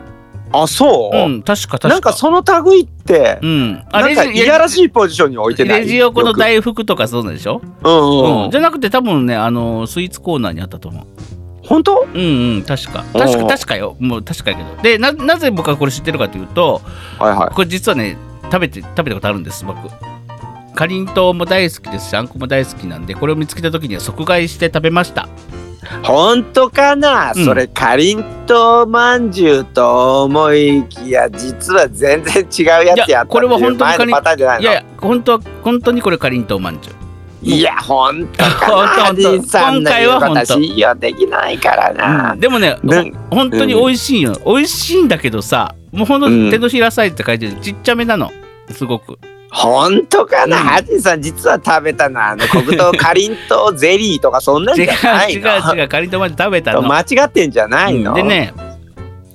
Speaker 4: あそう、
Speaker 1: うん確か確か
Speaker 4: なんかその類って、
Speaker 1: うん
Speaker 4: なんかいやらしいポジションに置いてない
Speaker 1: レジ横の
Speaker 4: よ
Speaker 1: 大福とかそうなんでしょ、
Speaker 4: くうんうん、
Speaker 1: うん、じゃなくて多分ねあのスイーツコーナーにあったと思う
Speaker 4: 本当
Speaker 1: うんうん確か
Speaker 4: おう
Speaker 1: 確か確かよもう確かやけどでななぜ僕はこれ知ってるかというと
Speaker 4: はいはい
Speaker 1: これ実はね食べて食べたことあるんです僕かりんとうも大好きですしあんこも大好きなんでこれを見つけた時には即買いして食べました
Speaker 4: 本当かな、
Speaker 1: うん
Speaker 4: それかりんとうまんじゅうと思いきや実は全然違うやつ
Speaker 1: い
Speaker 4: や
Speaker 1: や
Speaker 4: ったって
Speaker 1: こ
Speaker 4: い
Speaker 1: れは本
Speaker 4: う
Speaker 1: 当にか
Speaker 4: 前の
Speaker 1: りん
Speaker 4: パターンじゃないの
Speaker 1: いやいや本当は本当にこれかりんとうまんじゅう
Speaker 4: いや本当かな
Speaker 1: 本当
Speaker 4: じいさんの
Speaker 1: 今回
Speaker 4: 言う
Speaker 1: は本当
Speaker 4: こと信用できないからな、
Speaker 1: でもね
Speaker 4: ね
Speaker 1: ほ本当に美味しいよ美味しいんだけどさもうほんと
Speaker 4: うん
Speaker 1: 手のひらサイズって書いてるちっちゃめなのすごく
Speaker 4: 本当かな、
Speaker 1: うん
Speaker 4: はじいさん実は食べたのは あの黒糖かりんとうゼリーとかそんなん
Speaker 1: 違
Speaker 4: じ
Speaker 1: う
Speaker 4: ゃない
Speaker 1: 違
Speaker 4: の
Speaker 1: う違うかりんとうまんじゅう食べたの
Speaker 4: 間違ってんじゃないの、
Speaker 1: でね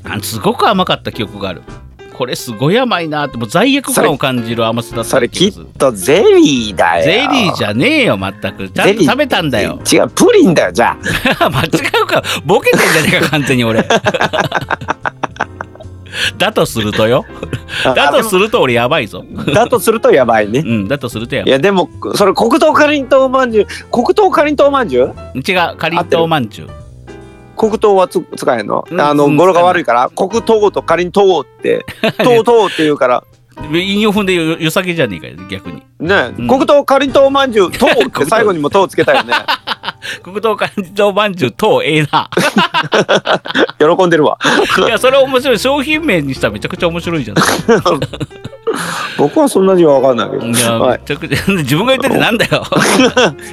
Speaker 1: あすごく甘かった記憶があるこれすごい甘いなってもう罪悪感を感じる甘さだった
Speaker 4: それき
Speaker 1: 気
Speaker 4: っ
Speaker 1: がする
Speaker 4: とゼリーだよ
Speaker 1: ゼリーじゃねえよ全くちゃんと食べたんだよ
Speaker 4: 違うプリンだよじゃあ
Speaker 1: 間違うかボケてんじゃねえ か完全に俺だとするとよだとすると俺やばいぞ
Speaker 4: だとするとやばいね
Speaker 1: うんだとするとや
Speaker 4: い
Speaker 1: ばい
Speaker 4: やでもそれ黒糖かりんとうまんじゅう黒糖かりんとうまんじゅう
Speaker 1: 違うかりんとうまんじゅう
Speaker 4: 黒糖はつ使えんの、
Speaker 1: うん
Speaker 4: あの
Speaker 1: うん
Speaker 4: 語呂が悪いから黒糖とかりんとうって とうとうって言うから
Speaker 1: 引用踏んでよよさげじゃねえかよ逆に
Speaker 4: ね、
Speaker 1: うん
Speaker 4: 黒糖かりんとうまんじゅうとうっ
Speaker 1: 黒
Speaker 4: て
Speaker 1: 糖
Speaker 4: 最後にもとうつけた よね
Speaker 1: 黒糖かりんとうまんじゅうとええな
Speaker 4: 喜んでるわ
Speaker 1: いやそれ面白い商品名にしたらめちゃくちゃ面白いじ ゃん
Speaker 4: 僕はそんなには分かんないけ
Speaker 1: いや、
Speaker 4: ど、はい、
Speaker 1: めちゃくちゃ自分が言っててなんだよ。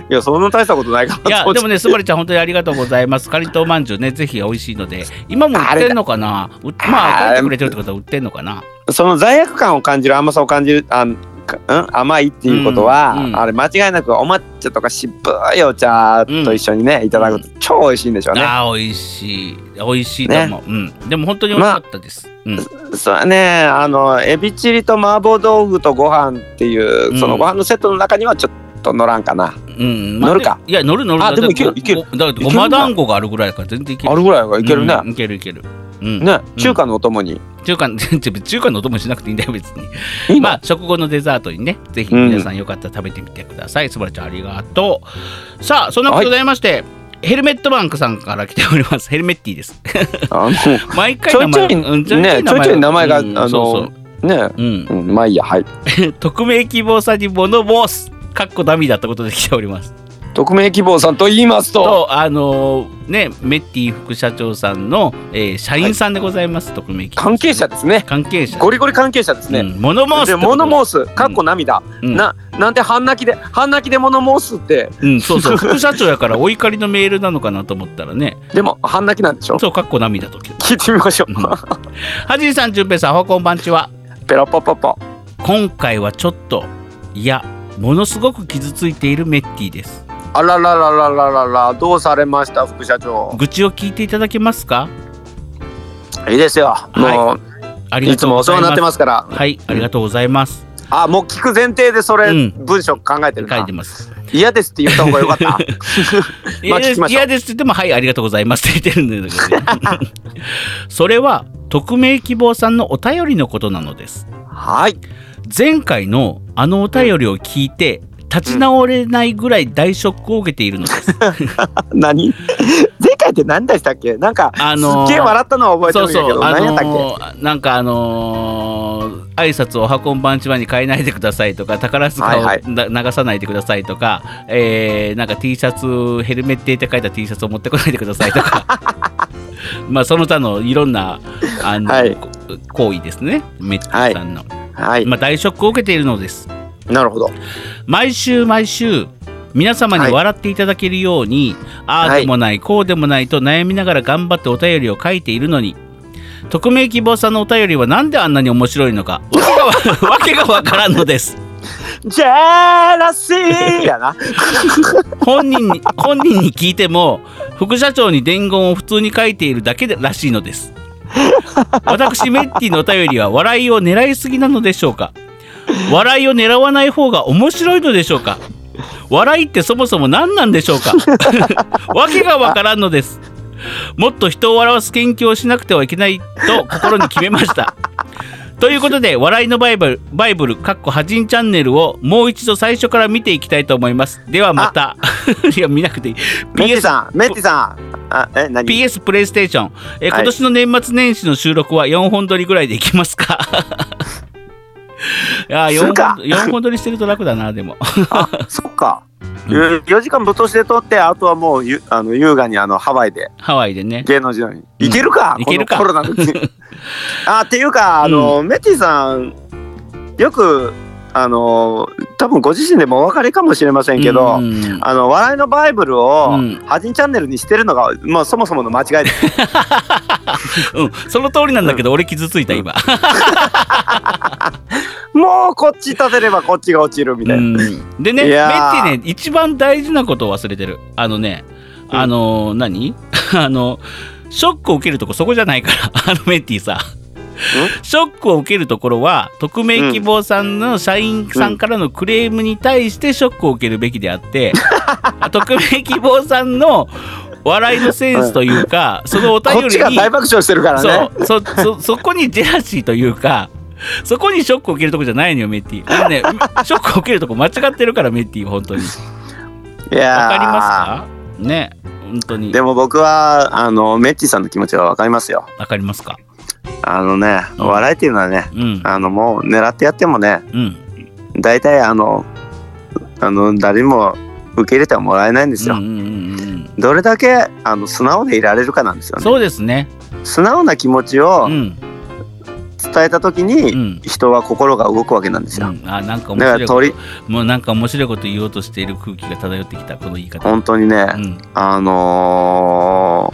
Speaker 4: いやそんな大したことないか
Speaker 1: い
Speaker 4: ら
Speaker 1: や、でもね、すばりちゃん、本当にありがとうございます。かりんとうまんじゅうね、ぜひ美味しいので、今も売ってんのかなうまあ、書い
Speaker 4: あー
Speaker 1: てくれてるってことは売ってんのかな
Speaker 4: その罪悪感を感じる甘さを感じるあんかん甘いっていうことは、
Speaker 1: うんうん
Speaker 4: あれ間違いなくお抹茶とか渋いお茶と一緒にね、いただくと超美味しいんでしょうね。
Speaker 1: ああ、美味しい。美味しいと思う。うん。でも本当に美味しかったです。うん。
Speaker 4: そうだねあのエビチリと麻婆豆腐とご飯っていう、
Speaker 1: うん
Speaker 4: そのご飯のセットの中にはちょっと乗らんかな
Speaker 1: うん。
Speaker 4: 乗るか
Speaker 1: まあでいや、乗る乗る。
Speaker 4: あでも
Speaker 1: だって
Speaker 4: いけるいける
Speaker 1: ごだってご
Speaker 4: いける
Speaker 1: ま
Speaker 4: んだ
Speaker 1: 団子があるぐらいだから全然いける。
Speaker 4: あるぐらいはいけるね、
Speaker 1: うんいけるいける。うん。
Speaker 4: ね中華のお供に、
Speaker 1: 中華、 中華のお供しなくていいんだよ、別に。
Speaker 4: いいの
Speaker 1: まあ、食後のデザートにね、ぜひ皆さんよかったら食べてみてください。すばらちゃん、ありがとう。さあ、そんなことでございまして、ヘルメットバンクさんから来ております。ヘルメッティです。
Speaker 4: あのち
Speaker 1: 毎回
Speaker 4: ょいちょい
Speaker 1: 名前うん
Speaker 4: ねちょいちょい名前が、
Speaker 1: うん
Speaker 4: あの
Speaker 1: そうそう
Speaker 4: ね
Speaker 1: うん
Speaker 4: う、んまあいいやはい
Speaker 1: 匿名希望さんに物申す。かっこダミーだったことで来ております。
Speaker 4: 匿名希望さんと言いますと
Speaker 1: と、あのーね、メッティ副社長さんの、えー社員さんでございます。匿名希望。
Speaker 4: 関係者ですね
Speaker 1: 関係者。
Speaker 4: ゴリゴリ関係者ですね、
Speaker 1: うん、物申す
Speaker 4: で
Speaker 1: ってこと。
Speaker 4: 物申すかっこ涙、
Speaker 1: うん
Speaker 4: ななんて半泣きで半泣きで物申すって
Speaker 1: うん、そう そう。副社長やからお怒りのメールなのかなと思ったらね、
Speaker 4: でも半泣きなんでしょ
Speaker 1: そう、かっこ涙とき。
Speaker 4: 聞いてみましょう、
Speaker 1: うんはじいさん、じゅんぺいさん、おはこんばんちは。
Speaker 4: ペロポポポ
Speaker 1: 今回はちょっと、いや、ものすごく傷ついているメッティです。
Speaker 4: あらららららららどうされました副社長
Speaker 1: 愚痴を聞いていただけますか
Speaker 4: いいですよもう、
Speaker 1: あり
Speaker 4: い、
Speaker 1: が
Speaker 4: つ
Speaker 1: とう
Speaker 4: も
Speaker 1: ご
Speaker 4: お世
Speaker 1: ざ
Speaker 4: 話
Speaker 1: い
Speaker 4: にな
Speaker 1: ま
Speaker 4: って
Speaker 1: す。
Speaker 4: ますから
Speaker 1: はい、ありがとうございます。
Speaker 4: あもう聞く前提でそれ、
Speaker 1: うん
Speaker 4: 文章考えてる
Speaker 1: 書い
Speaker 4: な
Speaker 1: てます。
Speaker 4: 嫌ですって言った方がよかった まあ聞きましょ
Speaker 1: 嫌
Speaker 4: う
Speaker 1: ですって言っても、はい、ありがとうございますって言ってるんだけど、ね、 それは、匿名希望さんのお便りのことなのです。
Speaker 4: はい
Speaker 1: 前回のあのお便りを聞いて立ち直れないぐらい大ショックを受けているのです。
Speaker 4: 何前回って何でしたっけなんか、
Speaker 1: あのー
Speaker 4: すっげえ笑ったのは覚えて
Speaker 1: そ
Speaker 4: る
Speaker 1: うん
Speaker 4: だけ
Speaker 1: そう、
Speaker 4: ど、
Speaker 1: あ
Speaker 4: 何やったっけ
Speaker 1: のーなんかあのー挨拶を「おはこんばんちは」に変えないでくださいとか宝塚をな、
Speaker 2: はい
Speaker 1: 流さないでくださいとか、えーなんか T シャツヘルメットって書いた T シャツを持ってこないでくださいとか まあその他のいろんなあの、
Speaker 2: はい
Speaker 1: こ行為ですねめっちゃさんの、
Speaker 2: はい、
Speaker 1: まあ、大ショックを受けているのです
Speaker 2: なるほど
Speaker 1: 毎週毎週皆様に笑っていただけるように、ああでもない、こうでもないと悩みながら頑張ってお便りを書いているのに匿名希望さんのお便りはなんであんなに面白いのかわけがわけがわからんのです
Speaker 2: ジェラシーやな
Speaker 1: 本人に本人に聞いても副社長に伝言を普通に書いているだけでらしいのです私メッティのお便りは笑いを狙いすぎなのでしょうか笑いを狙わない方が面白いのでしょうか笑いってそもそも何なんでしょうかわけがわからんのですもっと人を笑わす研究をしなくてはいけないと心に決めましたということで笑いのバイブルバイブルかっこはじんチャンネルをもう一度最初から見ていきたいと思いますではまた いや見なくていい
Speaker 2: メッティ
Speaker 1: PS
Speaker 2: さんメッティさんあえ何
Speaker 1: PS プレイステーション、えー
Speaker 2: はい
Speaker 1: 今年の年末年始の収録は4本撮りぐらいでいきますか いや
Speaker 2: する
Speaker 1: 4,
Speaker 2: か
Speaker 1: 本4本撮りしてると楽だなでも
Speaker 2: あ そっか4時間ぶっ通しで撮ってあとはもうゆあの優雅にあのハワイで
Speaker 1: ハワイでね
Speaker 2: 芸能時代にいけるか、
Speaker 1: いけるか
Speaker 2: このコロナの あっていうかあの、メッティさんよくあの多分ご自身でもお分かりかもしれませんけど、
Speaker 1: うん
Speaker 2: あの笑いのバイブル
Speaker 1: う
Speaker 2: を
Speaker 1: ん
Speaker 2: ハジンチャンネルにしてるのが、まあ、そもそもの間違い です。
Speaker 1: うんその通りなんだけど、俺傷ついた今、
Speaker 2: もうこっち立てればこっちが落ちるみたいな。
Speaker 1: うんでね
Speaker 2: い
Speaker 1: メッ
Speaker 2: やー
Speaker 1: ティね一番大事なことを忘れてるあのねあのー何 あのショックを受けるとこそこじゃないから あのメッティさショックを受けるところは匿名希望さんの社員さんからのクレームに対してショックを受けるべきであ って、匿名希望さんの笑いのセンスというか、そのお
Speaker 2: こ
Speaker 1: 便
Speaker 2: っ
Speaker 1: り
Speaker 2: ちが
Speaker 1: に
Speaker 2: 大爆笑してるからね。
Speaker 1: そうそそそこにジェラシーというかそこにショックを受けるとこじゃないのよメッティあのねショックを受けるとこ間違ってるからメッティ本当に
Speaker 2: いや
Speaker 1: わ
Speaker 2: ー
Speaker 1: かりますかね本当に
Speaker 2: でも僕はあのメッチさんの気持ちはわかりますよ。
Speaker 1: わかりますか
Speaker 2: あのね、
Speaker 1: うん
Speaker 2: 笑いっていうのはね、
Speaker 1: うん
Speaker 2: あのもう狙ってやってもね、
Speaker 1: うん
Speaker 2: 大体あのあの誰も受け入れてはもらえないんです
Speaker 1: うんう
Speaker 2: よ。
Speaker 1: んうんうん
Speaker 2: どれだけあの素直でいられるかなんですよね。
Speaker 1: そうですね
Speaker 2: 素直な気持ち
Speaker 1: う
Speaker 2: を
Speaker 1: ん
Speaker 2: 伝えた時
Speaker 1: う
Speaker 2: に、
Speaker 1: ん
Speaker 2: 人は心が動くわけなんです
Speaker 1: う
Speaker 2: よ。
Speaker 1: ん、あなんか面
Speaker 2: だ
Speaker 1: 白
Speaker 2: から
Speaker 1: いこと
Speaker 2: 鳥
Speaker 1: もうなんか面白いこと言おうとしている空気が漂ってきたこの言い方、
Speaker 2: 本当にね、
Speaker 1: うん、
Speaker 2: あの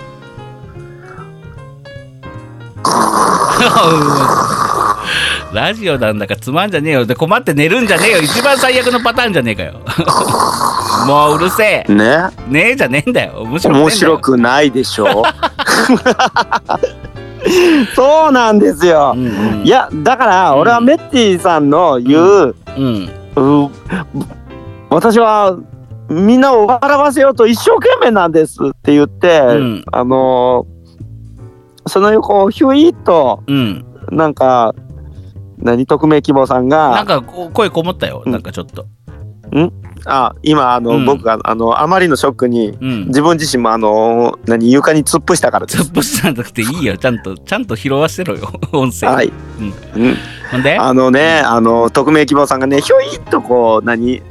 Speaker 1: ラジオなんだかつまんじゃねえよで困って寝るんじゃねえよ一番最悪のパターンじゃねえかよ もううるせえ
Speaker 2: ー、ね
Speaker 1: ねえじゃねえんだよ面白くねえんだよ
Speaker 2: 面白くないでしょ そうなんですよ
Speaker 1: う、んうん
Speaker 2: いやだから俺はメッティさんの言う、
Speaker 1: うん
Speaker 2: うん私はみんなを笑わせようと一生懸命なんですって言って、
Speaker 1: うん
Speaker 2: あのーその横をヒュイッと
Speaker 1: うん
Speaker 2: なんか何匿名希望さん
Speaker 1: なんか
Speaker 2: が
Speaker 1: こ声こもったよ
Speaker 2: うん
Speaker 1: なんかちょっと
Speaker 2: あ今あの、
Speaker 1: うん
Speaker 2: 僕があのあまりのショックに
Speaker 1: うん
Speaker 2: 自分自身もあの何床に突っ伏したからです
Speaker 1: 突っ伏しなくていいよちゃんとちゃんと拾わせろよ 音声、
Speaker 2: はい、うん
Speaker 1: ほんで
Speaker 2: あのねあの匿名希望さんがねひょいっとこう何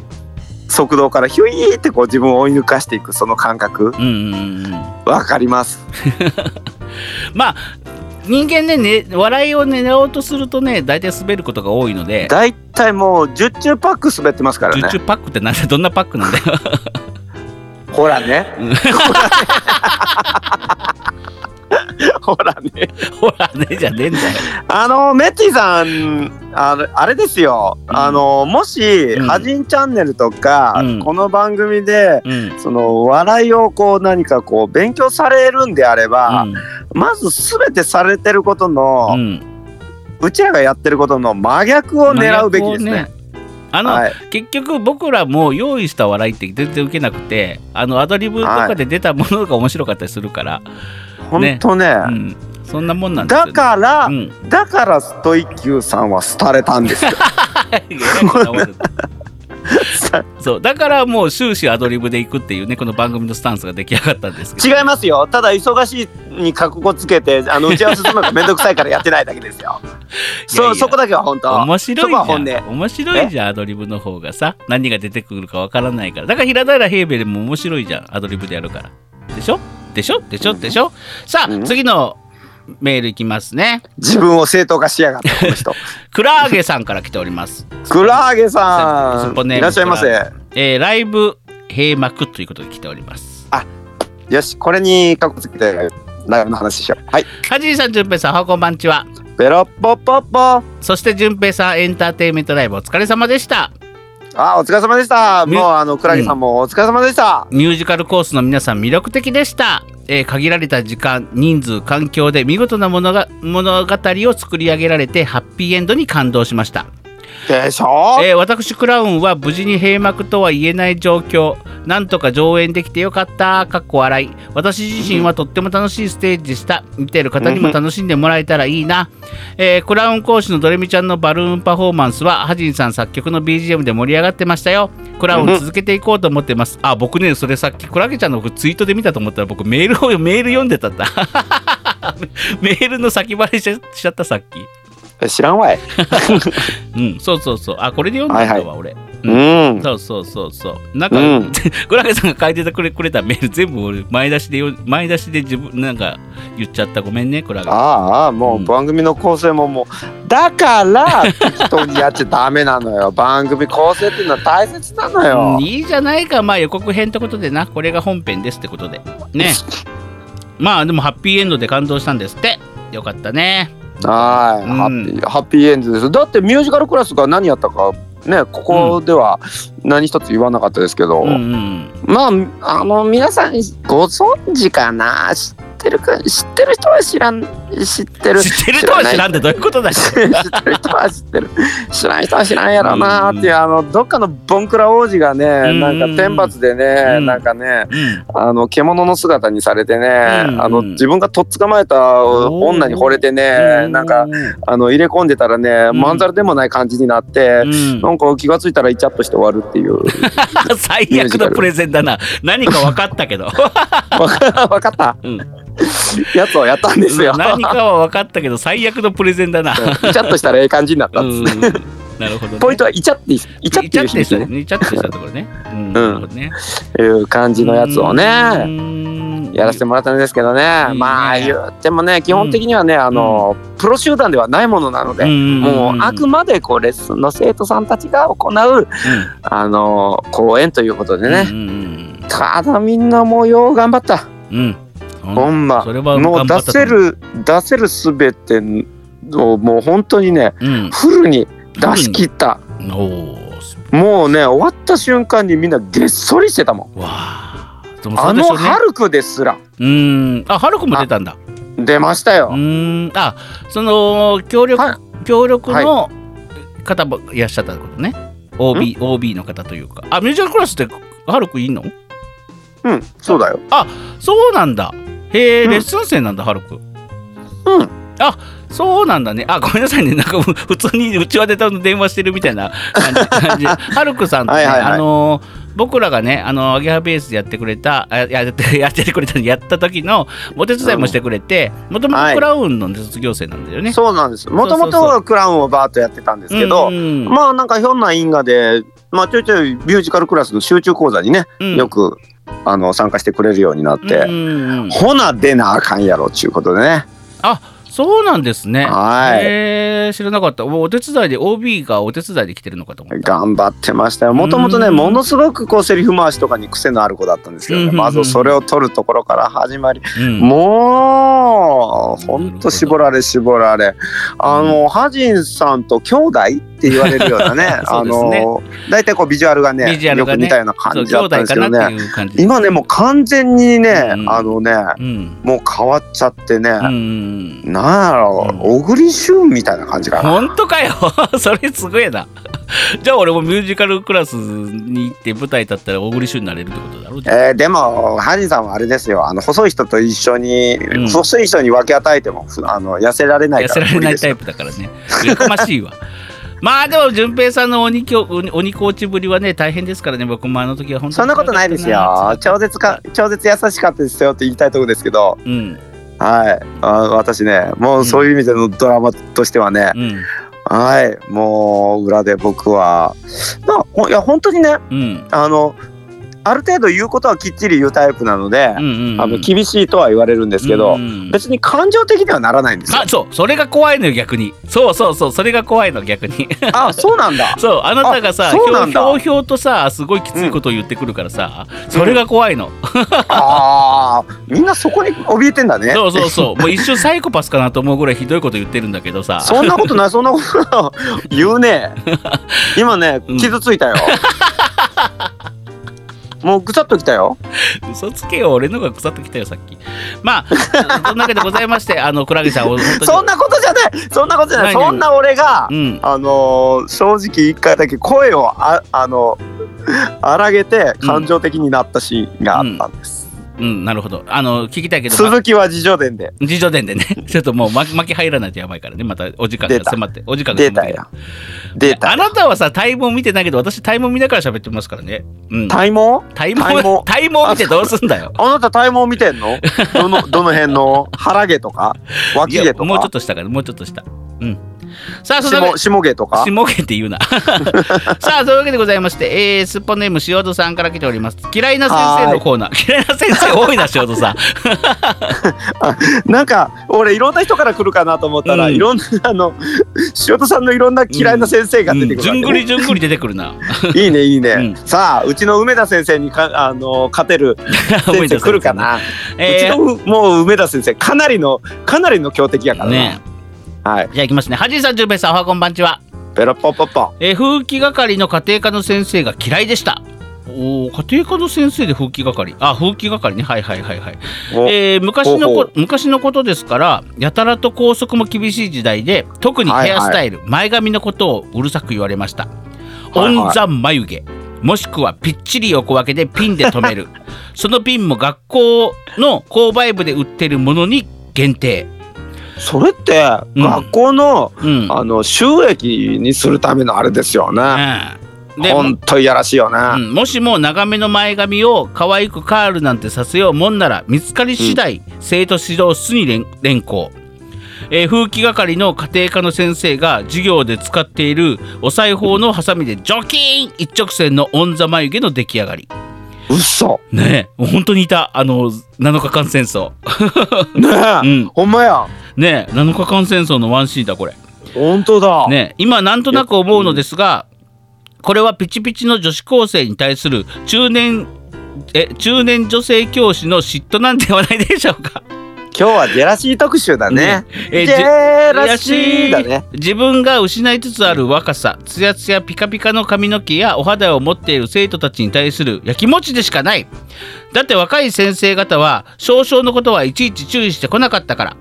Speaker 2: 速道からひょいってこう自分を追い抜かしていくその感覚
Speaker 1: うんうんうんうん
Speaker 2: わかります
Speaker 1: まあ人間ねね笑いを狙おうとするとね大体滑ることが多いので
Speaker 2: だいたいもう10中パック滑ってますから
Speaker 1: 十
Speaker 2: ね
Speaker 1: 中パックってなんだどんなパックなんだよ
Speaker 2: ほらね
Speaker 1: う
Speaker 2: ほらね
Speaker 1: ほらねじゃねえんだよ
Speaker 2: あのメッティさんあのあれですよ、
Speaker 1: うん
Speaker 2: あのもし「
Speaker 1: うん
Speaker 2: ハジンチャンネル」とか、
Speaker 1: うん
Speaker 2: この番組で
Speaker 1: うん
Speaker 2: その笑いをこう何かこう勉強されるんであれば、まず全てされてることの、
Speaker 1: うんうん
Speaker 2: うちらがやってることの真逆を狙うべきですね。
Speaker 1: 真逆をあの、
Speaker 2: はい、
Speaker 1: 結局僕らも用意した笑いって全然受けなくてあのアドリブとかで出たものが面白かったりするから、
Speaker 2: 本当ね。
Speaker 1: うん、そんなもんなんですよ、
Speaker 2: だ
Speaker 1: ね、
Speaker 2: から、
Speaker 1: うん、
Speaker 2: だからストイッキューさんは廃れたんですよ。
Speaker 1: 偉いこと思ってたそうだからもう終始アドリブでいくっていうねこの番組のスタンスが出来上がったんですけど
Speaker 2: 違いますよただ忙しいに格好つけてあの打ち合わせするのがめんどくさいからやって ないだけですよ
Speaker 1: いやい
Speaker 2: そ
Speaker 1: や
Speaker 2: そこだけは本当
Speaker 1: 面白
Speaker 2: そこはい本
Speaker 1: じゃん
Speaker 2: 音
Speaker 1: 面白いじゃんアドリブの方がさ何が出てくるかわからないからだから平平平平でも面白いじゃんアドリブでやるからでしょでしょでしょでしょ、さあ、
Speaker 2: うん
Speaker 1: 次のメールいきますね
Speaker 2: 自分を正当化しやがったこの 人
Speaker 1: クラーゲさんから来ております、
Speaker 2: クラーゲ
Speaker 1: ス
Speaker 2: さ
Speaker 1: ポ
Speaker 2: ん
Speaker 1: ネーム
Speaker 2: いらっしゃいま
Speaker 1: ク
Speaker 2: せ
Speaker 1: えーライブ閉幕ということで来ております
Speaker 2: よしこれに格好つけてライブの話しようはい
Speaker 1: はじいさんじゅんぺいさんおはこんばんちは
Speaker 2: ベロッポッポッポあ
Speaker 1: そしてじゅんぺいさんエンターテインメントライブお疲れ様でした
Speaker 2: お疲れ様でした
Speaker 1: ね
Speaker 2: もうあのクラゲさんもお疲れ様でした、
Speaker 1: ミュージカルコースの皆さん魅力的でした、えー限られた時間人数環境で見事な物が物語を作り上げられてハッピーエンドに感動しました、
Speaker 2: でしょ、
Speaker 1: えー私クラウンは無事に閉幕とは言えない状況なんとか上演できてよかったかっこ笑い私自身はとっても楽しいステージでした見てる方にも楽しんでもらえたらいいな、えークラウン講師のドレミちゃんのバルーンパフォーマンスはハジンさん作曲の BGM で盛り上がってましたよクラウン続けていこうと思ってますあ僕ねそれさっきクラゲちゃんの僕ツイートで見たと思ったら僕メールをメール読んでた んだメールの先バレしちゃしちゃったさっき
Speaker 2: 知らんわい
Speaker 1: うんそうそうそうあこれで読んでたわ、俺
Speaker 2: うん
Speaker 1: そうそうそうそう。なん
Speaker 2: う
Speaker 1: か、
Speaker 2: ん
Speaker 1: グラゲさんが書いてたくれくれたメール全部俺前出しでよ前出しで自分なんか言っちゃったごめんねクラゲ。
Speaker 2: ああも
Speaker 1: う
Speaker 2: うん番組の構成ももうだから適当にやっちゃダメなのよ番組構成っていうのは大切なのよ
Speaker 1: うんいいじゃないかまあ予告編ってことでなこれが本編ですってことで ね。まあでもハッピーエンドで感動したんですってよかったね。
Speaker 2: は
Speaker 1: う
Speaker 2: い、
Speaker 1: ん
Speaker 2: ハッピーハッピーエンドですだってミュージカルクラスが何やったかねここでは何一つ言わなかったですけど、
Speaker 1: うんうん。
Speaker 2: まああの皆さんご存知かな 知ってるか知ってる人は知らん知ってる
Speaker 1: 知ってるとは知らんってどういうことだよ。
Speaker 2: 知ってる人は知ってる知らん人は知らんやろなーっていうあのどっかのボンクラ王子がね
Speaker 1: ん
Speaker 2: なんか天罰でね
Speaker 1: うん
Speaker 2: なんかね
Speaker 1: うん。
Speaker 2: あの獣の姿にされてね
Speaker 1: ん
Speaker 2: あの自分がとっ捕まえた女に惚れてねなんかあの入れ込んでたらね
Speaker 1: ん
Speaker 2: まんざらでもない感じになって
Speaker 1: う。ん
Speaker 2: なんか気がついたらイチャッとして終わるって いう
Speaker 1: 最悪のプレゼンだな何か分かったけど
Speaker 2: わかわかった、
Speaker 1: うん
Speaker 2: やつをやったんですよ
Speaker 1: 何かは分かったけど最悪のプレゼンだ な
Speaker 2: イチャッとしたらええ感じになったっつ
Speaker 1: うんなるほど、ね。
Speaker 2: ポイントはイチャッてイチャッ
Speaker 1: いち
Speaker 2: て
Speaker 1: ゃ
Speaker 2: いう
Speaker 1: って
Speaker 2: 響
Speaker 1: した
Speaker 2: き
Speaker 1: ね。
Speaker 2: ね
Speaker 1: いちゃってしたところね。うん。なるほどね。
Speaker 2: いう感じのやつをね
Speaker 1: ね
Speaker 2: やらせてもらったんですけどね、
Speaker 1: うん
Speaker 2: まあ言ってもね基本的にはね、あのプロ集団ではないものなので、もうあくまでこうレッスンの生徒さんたちが行うあの公演ということでね、
Speaker 1: ね。
Speaker 2: ただみんなもうよう頑張った、
Speaker 1: うん。
Speaker 2: ほんま
Speaker 1: それは
Speaker 2: もう出せ。る出せるすべてをもう本当にね
Speaker 1: うん。
Speaker 2: フルに出し切った、
Speaker 1: おお。
Speaker 2: もうね終わった瞬間にみんなげっそりしてたもん、
Speaker 1: わあ。
Speaker 2: あのハルクですら
Speaker 1: うん。あ、ハルクも出たんだ。
Speaker 2: 出ましたよ、
Speaker 1: うん。あ、その協
Speaker 2: は
Speaker 1: 力協力の方もいらっしゃったことね。OB OB の方というか。あ、ミュージカルクラスってハルクいいの？
Speaker 2: うんそうだよ
Speaker 1: そうなんだ。へえ、
Speaker 2: うん。
Speaker 1: レッスン生なんだ、ハルク。うんあ、そうなんだね。あ、ごめんなさいね。なんかふ普通にうちわで多分電話してるみたいな感 じ感じ。ハルクさんとね、
Speaker 2: はいはいはい
Speaker 1: あのー僕らがね、あのアゲハベースでやってくれた、あややって やってくれた、やった時のお手伝いもしてくれて、もとも
Speaker 2: は
Speaker 1: と
Speaker 2: い
Speaker 1: クラウンの卒業生なんだよね。
Speaker 2: そうなんです。もともとはクラウンをバーッとやってたんですけ
Speaker 1: う
Speaker 2: ど、
Speaker 1: ん
Speaker 2: まあなんかひょんな因果で、まあちょいちょいミュージカルクラスの集中講座にね、
Speaker 1: うん
Speaker 2: よくあの参加してくれるようになっ
Speaker 1: うん
Speaker 2: て、
Speaker 1: うんうん
Speaker 2: ほな出なあかんやろっちゅうことでね。
Speaker 1: そうなんですね。
Speaker 2: はい。
Speaker 1: へえ、知らなかった。おお手伝いで OB がお手伝いで来てるのかと思った。
Speaker 2: 頑張ってましたよ。もともとね、
Speaker 1: うん
Speaker 2: ものすごくこうセリフ回しとかに癖のある子だったんですけど
Speaker 1: うんう
Speaker 2: ね、
Speaker 1: んうん
Speaker 2: まずそれを取るところから始まり、
Speaker 1: うん
Speaker 2: もうほんと絞られ絞られあのハジンさんと兄弟って言われるようなね
Speaker 1: そ
Speaker 2: あ
Speaker 1: うですね
Speaker 2: の大体こうビジュアルがね
Speaker 1: ビジュアル
Speaker 2: よ
Speaker 1: が
Speaker 2: く
Speaker 1: ね
Speaker 2: 似たような感じだったんですけど
Speaker 1: そう兄弟かな
Speaker 2: ね
Speaker 1: っていう感じ
Speaker 2: 今ねもう完全にね、
Speaker 1: うん
Speaker 2: あのね
Speaker 1: うん
Speaker 2: もう変わっちゃってね、
Speaker 1: うんうん
Speaker 2: なんやろう小栗旬みたいな感じかな。
Speaker 1: 本当かよ それすごいな じゃあ俺もミュージカルクラスに行って舞台立ったら大栗旬になれるってことだろうじゃあ
Speaker 2: えーでもハジンさんはあれですよあの細い人と一緒に、
Speaker 1: うん
Speaker 2: 細い人に分け与えてもふあの痩せられない
Speaker 1: 痩
Speaker 2: か
Speaker 1: せ
Speaker 2: ら
Speaker 1: られ
Speaker 2: 無理
Speaker 1: ない
Speaker 2: です
Speaker 1: タイプだからねやかましいわ まあでも順平さんの鬼きょ鬼鬼コーチぶりはね大変ですからね僕もあの時は本当
Speaker 2: そんなことないですよ。超絶か、超絶優しかったですよって言いたいところですけど、
Speaker 1: うん
Speaker 2: はい。あ私ね、もうそういう意味でのドラマとしてはね、
Speaker 1: うん
Speaker 2: はい。もう裏で僕は、なほいや、本当にね、
Speaker 1: うん
Speaker 2: あの、ある程度言うことはきっちり言うタイプなので
Speaker 1: うんう、ん
Speaker 2: あの厳しいとは言われるんですけど、
Speaker 1: うん
Speaker 2: 別に感情的にはならない んですよ。
Speaker 1: あそうそれが怖いのよ逆にそうそうそうそれが怖いの逆に
Speaker 2: あ、そうなんだ。
Speaker 1: そうあなたがさ
Speaker 2: あ
Speaker 1: ひ
Speaker 2: そう
Speaker 1: ょ
Speaker 2: な
Speaker 1: うんひ
Speaker 2: だ
Speaker 1: ょうひょうとさすごいきついことを言ってくるからさ、それが怖いの、
Speaker 2: ああ、みんなそこに怯えてんだね。
Speaker 1: そうそうそうもう一瞬サイコパスかなと思うぐらいひどいこと言ってるんだけどさ
Speaker 2: そんなことない、そんなことない言 うね。今ね
Speaker 1: うん、
Speaker 2: 傷ついたよ。もうぐさっときたよ。
Speaker 1: 嘘つけよ俺のが腐ってきたよさっき まあそんなわけでございましてあのクラゲさんお本当に
Speaker 2: そんなことじゃない、そんなことじゃな
Speaker 1: 何
Speaker 2: い、
Speaker 1: 々
Speaker 2: そんな俺が
Speaker 1: う。ん
Speaker 2: あのー正直一回だけ声をあ、あの。荒げて感情的になったシーンがあったんです。
Speaker 1: うんなるほどあの聞きたいけど、ま
Speaker 2: 鈴木は自叙伝で
Speaker 1: 自助伝でね ちょっともう巻き巻き入らないとやばいからねまたお時間
Speaker 2: 出
Speaker 1: が
Speaker 2: た
Speaker 1: 迫ってお時間が迫
Speaker 2: 出
Speaker 1: って
Speaker 2: たよ。出
Speaker 1: あ
Speaker 2: た。
Speaker 1: なたはさ、タイムを見てないけど、私、タイムを見ながら喋ってますからね。うん。
Speaker 2: 体毛？
Speaker 1: タイム
Speaker 2: タイ ム
Speaker 1: を、
Speaker 2: を
Speaker 1: タイムを見てどうすんだよ。
Speaker 2: あなた体毛見て んの？どのどの辺の腹毛とか
Speaker 1: い
Speaker 2: 脇
Speaker 1: や
Speaker 2: 毛と
Speaker 1: もうちょっ
Speaker 2: か
Speaker 1: としたから、もうちょっとした。うん。さあ、そんなわ
Speaker 2: 下下毛とか
Speaker 1: け。下毛って 言うな。さあ、そういうわけでございまして、えー、すっぽネーム、塩戸さんから来ております。嫌いな先生のコーナー。嫌いな先生多いな、塩戸さ ん。
Speaker 2: なんか俺いろんな人から来るかなと思ったら、
Speaker 1: うん
Speaker 2: いろんなあの塩田さんのいろんな嫌いな先生が出てく
Speaker 1: じ
Speaker 2: る
Speaker 1: ゅん
Speaker 2: わ
Speaker 1: ぐ
Speaker 2: け
Speaker 1: り
Speaker 2: ね、
Speaker 1: じゅんぐり出てくるな。
Speaker 2: いいねいいね、
Speaker 1: うん
Speaker 2: さあうちの梅田先生にかあの勝てる先生来るか な、
Speaker 1: えー
Speaker 2: うちのもう梅田先生かなりのかなりの強敵やからね
Speaker 1: ね
Speaker 2: はい
Speaker 1: じゃあ、いきますね。はじいさん、じゅんべいさん、おはこんばんちは。
Speaker 2: ペロッポッポッポ
Speaker 1: えー風紀係の家庭科の先生が嫌いでしたおー家庭科の先生で風紀係あ風紀係ねはいはいはいはい、
Speaker 2: お
Speaker 1: えー昔の
Speaker 2: ほう
Speaker 1: こ
Speaker 2: ほ
Speaker 1: 昔のことですからやたらと校則も厳しい時代で特にヘアスタイル、前髪のことをうるさく言われました、
Speaker 2: はいはい
Speaker 1: オンザ眉毛もしくはぴっちり横分けでピンで留め るそのピンも学校の購買部で売ってるものに限定
Speaker 2: それって
Speaker 1: うん
Speaker 2: 学校の、
Speaker 1: うん
Speaker 2: あの収益にするためのあれですよね、
Speaker 1: うんで
Speaker 2: ほんといやらしいよ
Speaker 1: う
Speaker 2: ね、
Speaker 1: ん、もしも長めの前髪を可愛くカールなんてさせようもんなら見つかり次第、生徒指導室に連連行、えー風紀係の家庭科の先生が授業で使っているお裁縫のハサミでジョキーン一直線のオンザ眉毛の出来上がり
Speaker 2: 嘘
Speaker 1: ねえ本当にいたあの7日間戦争
Speaker 2: ね
Speaker 1: う
Speaker 2: え、
Speaker 1: ん
Speaker 2: ほんまや
Speaker 1: ねえ7日間戦争のワンシーンだこれ
Speaker 2: ほんとだ、
Speaker 1: ね、今なんとなく思うのですが、これはピチピチの女子高生に対する中年え中年女性教師の嫉妬なんではないでしょうか。
Speaker 2: 今日はジェラシー特集だね。
Speaker 1: えー
Speaker 2: ジ
Speaker 1: じ
Speaker 2: ェラシーだね。
Speaker 1: 自分が失いつつある若さつやつやピカピカの髪の毛やお肌を持っている生徒たちに対するやきもちでしかないだって若い先生方は少々のことはいちいち注意してこなかったから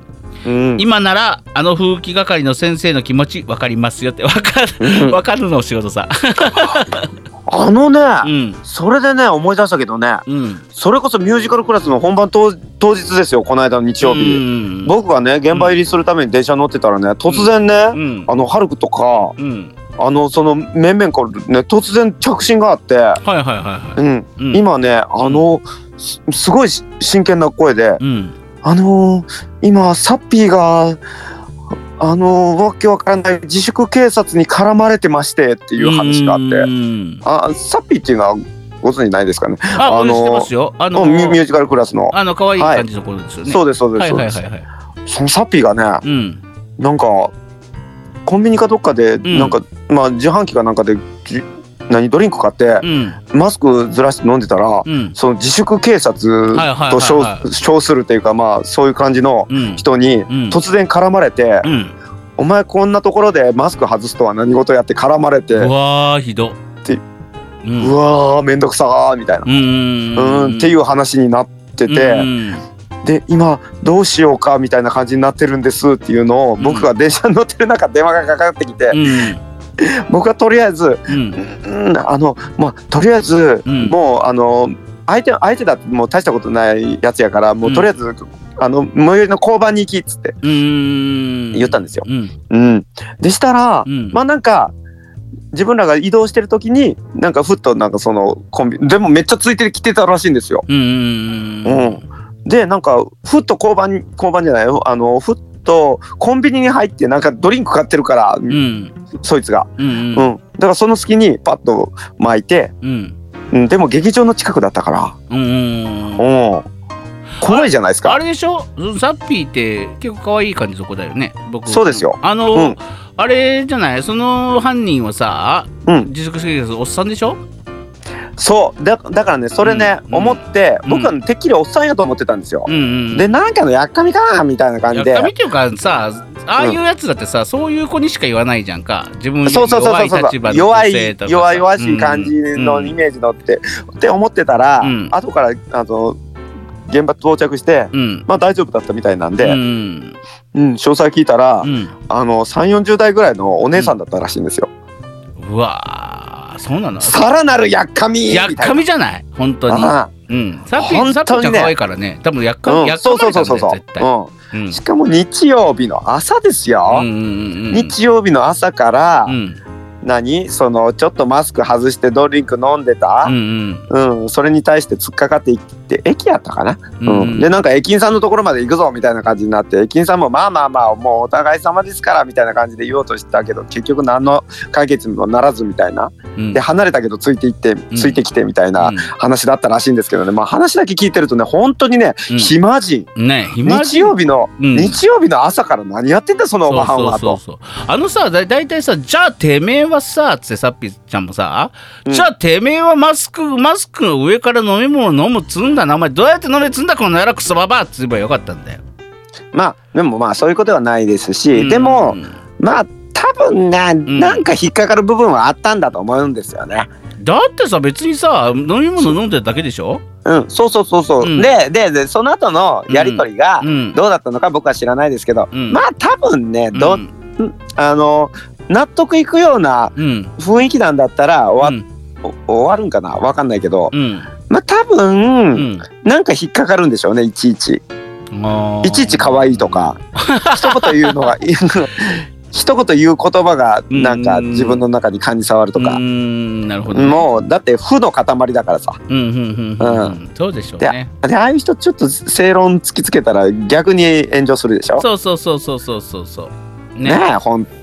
Speaker 2: うん、
Speaker 1: 今ならあの風紀係の先生の気持ち分かりますよって分かる分かるのお仕事さ。
Speaker 2: あのね、
Speaker 1: うん
Speaker 2: それでね思い出したけどね
Speaker 1: うん
Speaker 2: それこそミュージカルクラスの本番当当日ですよこの間の日曜
Speaker 1: う
Speaker 2: 日、
Speaker 1: ん
Speaker 2: 僕がね現場入りするために電車乗ってたらね突然ね、
Speaker 1: うん
Speaker 2: あのハルクとか
Speaker 1: うん
Speaker 2: あのその面々からね突然着信があって、
Speaker 1: はいはいはいは
Speaker 2: うん、
Speaker 1: い、うん、
Speaker 2: 今ねあのすすごいし真剣な声で
Speaker 1: うん
Speaker 2: あのー今サッピーがあのーわけわからない自粛警察に絡まれてましてっていう話があって
Speaker 1: うん
Speaker 2: あサッピーっていうのはご存じないですかね
Speaker 1: ああ
Speaker 2: あの
Speaker 1: のしてますよあの
Speaker 2: ミュミュージカルクラスの、
Speaker 1: あの可愛い感じのことですよね、
Speaker 2: そうですそうですそう
Speaker 1: はい
Speaker 2: で
Speaker 1: は
Speaker 2: す
Speaker 1: いはいは
Speaker 2: そのサッピーがね
Speaker 1: いうん
Speaker 2: なんかコンビニかどっかで、
Speaker 1: ん
Speaker 2: なんかまあ自販機かなんかでじ何ドリンク買って
Speaker 1: う、ん
Speaker 2: マスクずらして飲んでたら、
Speaker 1: うん
Speaker 2: その自粛警察
Speaker 1: はいはいはい
Speaker 2: と称,、
Speaker 1: はい
Speaker 2: 称するというかまあそういう感じの
Speaker 1: うん
Speaker 2: 人に
Speaker 1: うん
Speaker 2: 突然絡まれて、
Speaker 1: うん
Speaker 2: お前こんなところでマスク外すとは何事やって絡まれて
Speaker 1: う
Speaker 2: う
Speaker 1: わーひど
Speaker 2: て
Speaker 1: うんう
Speaker 2: わーめんどくさーみたいな、
Speaker 1: ん
Speaker 2: うーんっていう話になってて、
Speaker 1: うん
Speaker 2: で今どうしようかみたいな感じになってるんですっていうのを
Speaker 1: ん
Speaker 2: 僕が電車に乗ってる中電話がかかってきて、
Speaker 1: うん
Speaker 2: 僕はとりあえず、
Speaker 1: うん
Speaker 2: うん、あのまあとりあえず、
Speaker 1: うん
Speaker 2: もうあの相手相手だってもう大したことないやつやからもうとりあえず、あの最寄りの交番に行きっつって
Speaker 1: うん
Speaker 2: 言ったんですよ。
Speaker 1: うん
Speaker 2: うん、でしたら、
Speaker 1: うん
Speaker 2: まあなんか自分らが移動してる時になんかふっとなんかそのコンビでもめっちゃついてきてたらしいんですよ。
Speaker 1: うんうんうんうん
Speaker 2: でなんかふっと交番に交番じゃないよあのふっとコンビニに入ってなんかドリンク買ってるから、
Speaker 1: うん
Speaker 2: そいつが、
Speaker 1: うん
Speaker 2: う
Speaker 1: うんん
Speaker 2: だからその隙にパッと巻いて、
Speaker 1: うん
Speaker 2: うん、でも劇場の近くだったから、
Speaker 1: うんうん
Speaker 2: うん、怖いじゃないです
Speaker 1: あ
Speaker 2: か。
Speaker 1: れでしょザッピーって結構可愛い感じそこだよね僕
Speaker 2: そうですよ
Speaker 1: あの、
Speaker 2: うん
Speaker 1: あれじゃないその犯人はさ
Speaker 2: うん
Speaker 1: 自粛生活おっさんでしょ
Speaker 2: そうだだからねそれね、
Speaker 1: うん
Speaker 2: 思って
Speaker 1: うん
Speaker 2: 僕はねてっきりおっさんやと思ってたんですよ。
Speaker 1: うんうん
Speaker 2: でなんかのやっかみかなみたいな感じ
Speaker 1: や
Speaker 2: で
Speaker 1: っぱ見てるからさああいうやつだってさ、そういう子にしか言わないじゃんか自分より
Speaker 2: そうそうそう
Speaker 1: 弱
Speaker 2: そう
Speaker 1: い
Speaker 2: そう
Speaker 1: 立場の
Speaker 2: 弱
Speaker 1: 女
Speaker 2: い
Speaker 1: 性とかさ
Speaker 2: 弱々しい感じのイメージのって、って思ってたら、
Speaker 1: うん
Speaker 2: 後からあの現場到着して、
Speaker 1: うんうん
Speaker 2: まあ大丈夫だったみたいなんで、
Speaker 1: う
Speaker 2: うん
Speaker 1: ん
Speaker 2: 詳細聞いたら、
Speaker 1: うん
Speaker 2: あの3 4 0代ぐらいのお姉さんだったらしいんですよ。
Speaker 1: うわーそうなの
Speaker 2: さらなるやっかみみた
Speaker 1: や
Speaker 2: い
Speaker 1: っ
Speaker 2: な
Speaker 1: かみじゃない本当に
Speaker 2: ああ
Speaker 1: うんサッピ
Speaker 2: 本当
Speaker 1: ー
Speaker 2: にね
Speaker 1: サッピーちゃん可愛いからね多分やっか
Speaker 2: う
Speaker 1: やっか
Speaker 2: ん、そう
Speaker 1: ま
Speaker 2: そ
Speaker 1: れ
Speaker 2: う
Speaker 1: た
Speaker 2: そ
Speaker 1: ん
Speaker 2: うそ
Speaker 1: だよ
Speaker 2: うそう
Speaker 1: 絶対う
Speaker 2: うんん、しかも日曜日の朝ですよ、
Speaker 1: うんうんうんうん
Speaker 2: 日曜日の朝から、
Speaker 1: うん
Speaker 2: 何そのちょっとマスク外してドリンク飲んで
Speaker 1: う
Speaker 2: た、
Speaker 1: ん
Speaker 2: うんそれに対して突っかかっていって駅やったかな、
Speaker 1: う
Speaker 2: うん
Speaker 1: ん
Speaker 2: でなんか駅員さんのところまで行くぞみたいな感じになって駅員さんもまあまあまあもうお互い様ですからみたいな感じで言おうとしたけど結局何の解決にもならずみたいな
Speaker 1: うん
Speaker 2: で離れたけどついていってついてきてみたいな話だったらしいんですけどね、まあ、話だけ聞いてるとね本当にね
Speaker 1: うん
Speaker 2: 暇人、
Speaker 1: うんね暇
Speaker 2: 日曜日の、
Speaker 1: うん
Speaker 2: 日曜日の朝から何やってんだそのおばはんは
Speaker 1: そう
Speaker 2: と。
Speaker 1: そうそうそうあのさだだいたいさじゃあてめえはさつってさっぴちゃんもさ、
Speaker 2: うん
Speaker 1: じゃあてめえはマスクマスクの上から飲み物飲むっつうんだなお前どうやって飲めっつうんだこのやらくそばばっつえばよかったんだよ、
Speaker 2: まあでもまあそういうことはないですし、
Speaker 1: うん
Speaker 2: でも
Speaker 1: うん
Speaker 2: まあ多分ね、
Speaker 1: ん
Speaker 2: なんか引っかかる部分はあったんだと思うんですよね。
Speaker 1: だってさ別にさ飲み物飲んでるだけでしょ
Speaker 2: うん、そうそうそうそう。
Speaker 1: うん
Speaker 2: でででその後のやりとりが
Speaker 1: うん
Speaker 2: どうだったのか僕は知らないですけど、
Speaker 1: うん
Speaker 2: まあ多分ねど、
Speaker 1: ん
Speaker 2: あの納得いくような
Speaker 1: うん
Speaker 2: 雰囲気なんだったら
Speaker 1: う
Speaker 2: 終わ,、
Speaker 1: ん
Speaker 2: 終わるんかなわかんないけど、
Speaker 1: うん
Speaker 2: まあ多分、
Speaker 1: うん
Speaker 2: なんか引っかかるんでしょうねいちいち
Speaker 1: あー
Speaker 2: いちいち可愛い とか一言言うのが 一言言う言葉がなんか
Speaker 1: うん
Speaker 2: 自分の中に感じ触ると
Speaker 1: うー
Speaker 2: か、
Speaker 1: んなるほどね、
Speaker 2: もうだって負の塊だからさ
Speaker 1: うんうんうんうんうんそうでしょうね
Speaker 2: でああいう人ちょっと正論突きつけたら逆に炎上するでしょ
Speaker 1: そうそうそうそうそうそうそう
Speaker 2: ねえほんと。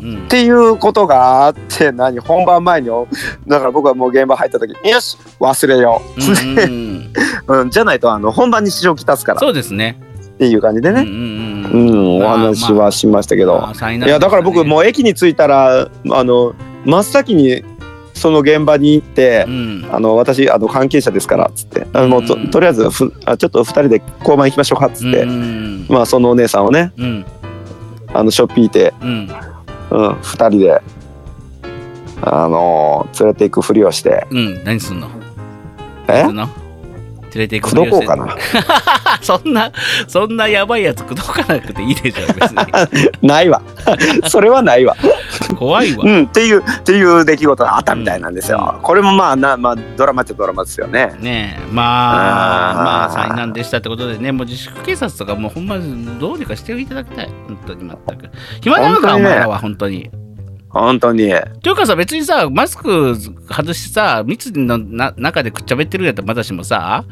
Speaker 1: うん
Speaker 2: っていうことがあって何本番前におだから僕はもう現場入った時よし忘れよ
Speaker 1: うんうんうん
Speaker 2: う、うん、じゃないとあの本番に支障きたすから
Speaker 1: そうですね。
Speaker 2: っていう感じで
Speaker 1: うんう
Speaker 2: ね、
Speaker 1: んう
Speaker 2: う
Speaker 1: ん
Speaker 2: んお
Speaker 1: まあ
Speaker 2: 話はしましたけど、
Speaker 1: まあ災難
Speaker 2: いやだから僕
Speaker 1: う、
Speaker 2: もう駅に着いたらあの真っ先にその現場に行って
Speaker 1: う、ん、
Speaker 2: あの私あの関係者ですからっつってあのもうと
Speaker 1: うん
Speaker 2: とりあえずふあちょっと2人で交番行きましょうかっつって、
Speaker 1: うん
Speaker 2: まあ、そのお姉さんをね
Speaker 1: うん
Speaker 2: あのショッピーて、
Speaker 1: うん
Speaker 2: うん、2人で、あの連れていくふりをして
Speaker 1: うん何すんの
Speaker 2: え
Speaker 1: 何すんの連れて行く
Speaker 2: 口説こうか
Speaker 1: な
Speaker 2: な
Speaker 1: そんなそんなやばいやつ口説かなくていいでしょ別 に
Speaker 2: ないわそれはないわ、
Speaker 1: 怖いわ
Speaker 2: うん、っていうっていう出来事があったみたいなんですよ、これもまあな、まあ、ドラマっちゃドラマですよね
Speaker 1: ねえまあ
Speaker 2: あー
Speaker 1: まあ災難でしたってことでねもう自粛警察とかもうほんまどうにかしていただきたい本当に全く暇なのか、
Speaker 2: 本当
Speaker 1: お
Speaker 2: にね
Speaker 1: 前らは本当に
Speaker 2: 本当に
Speaker 1: というかさ別にさマスク外してさ密のな中でくっちゃべってるやったらまだしもさ、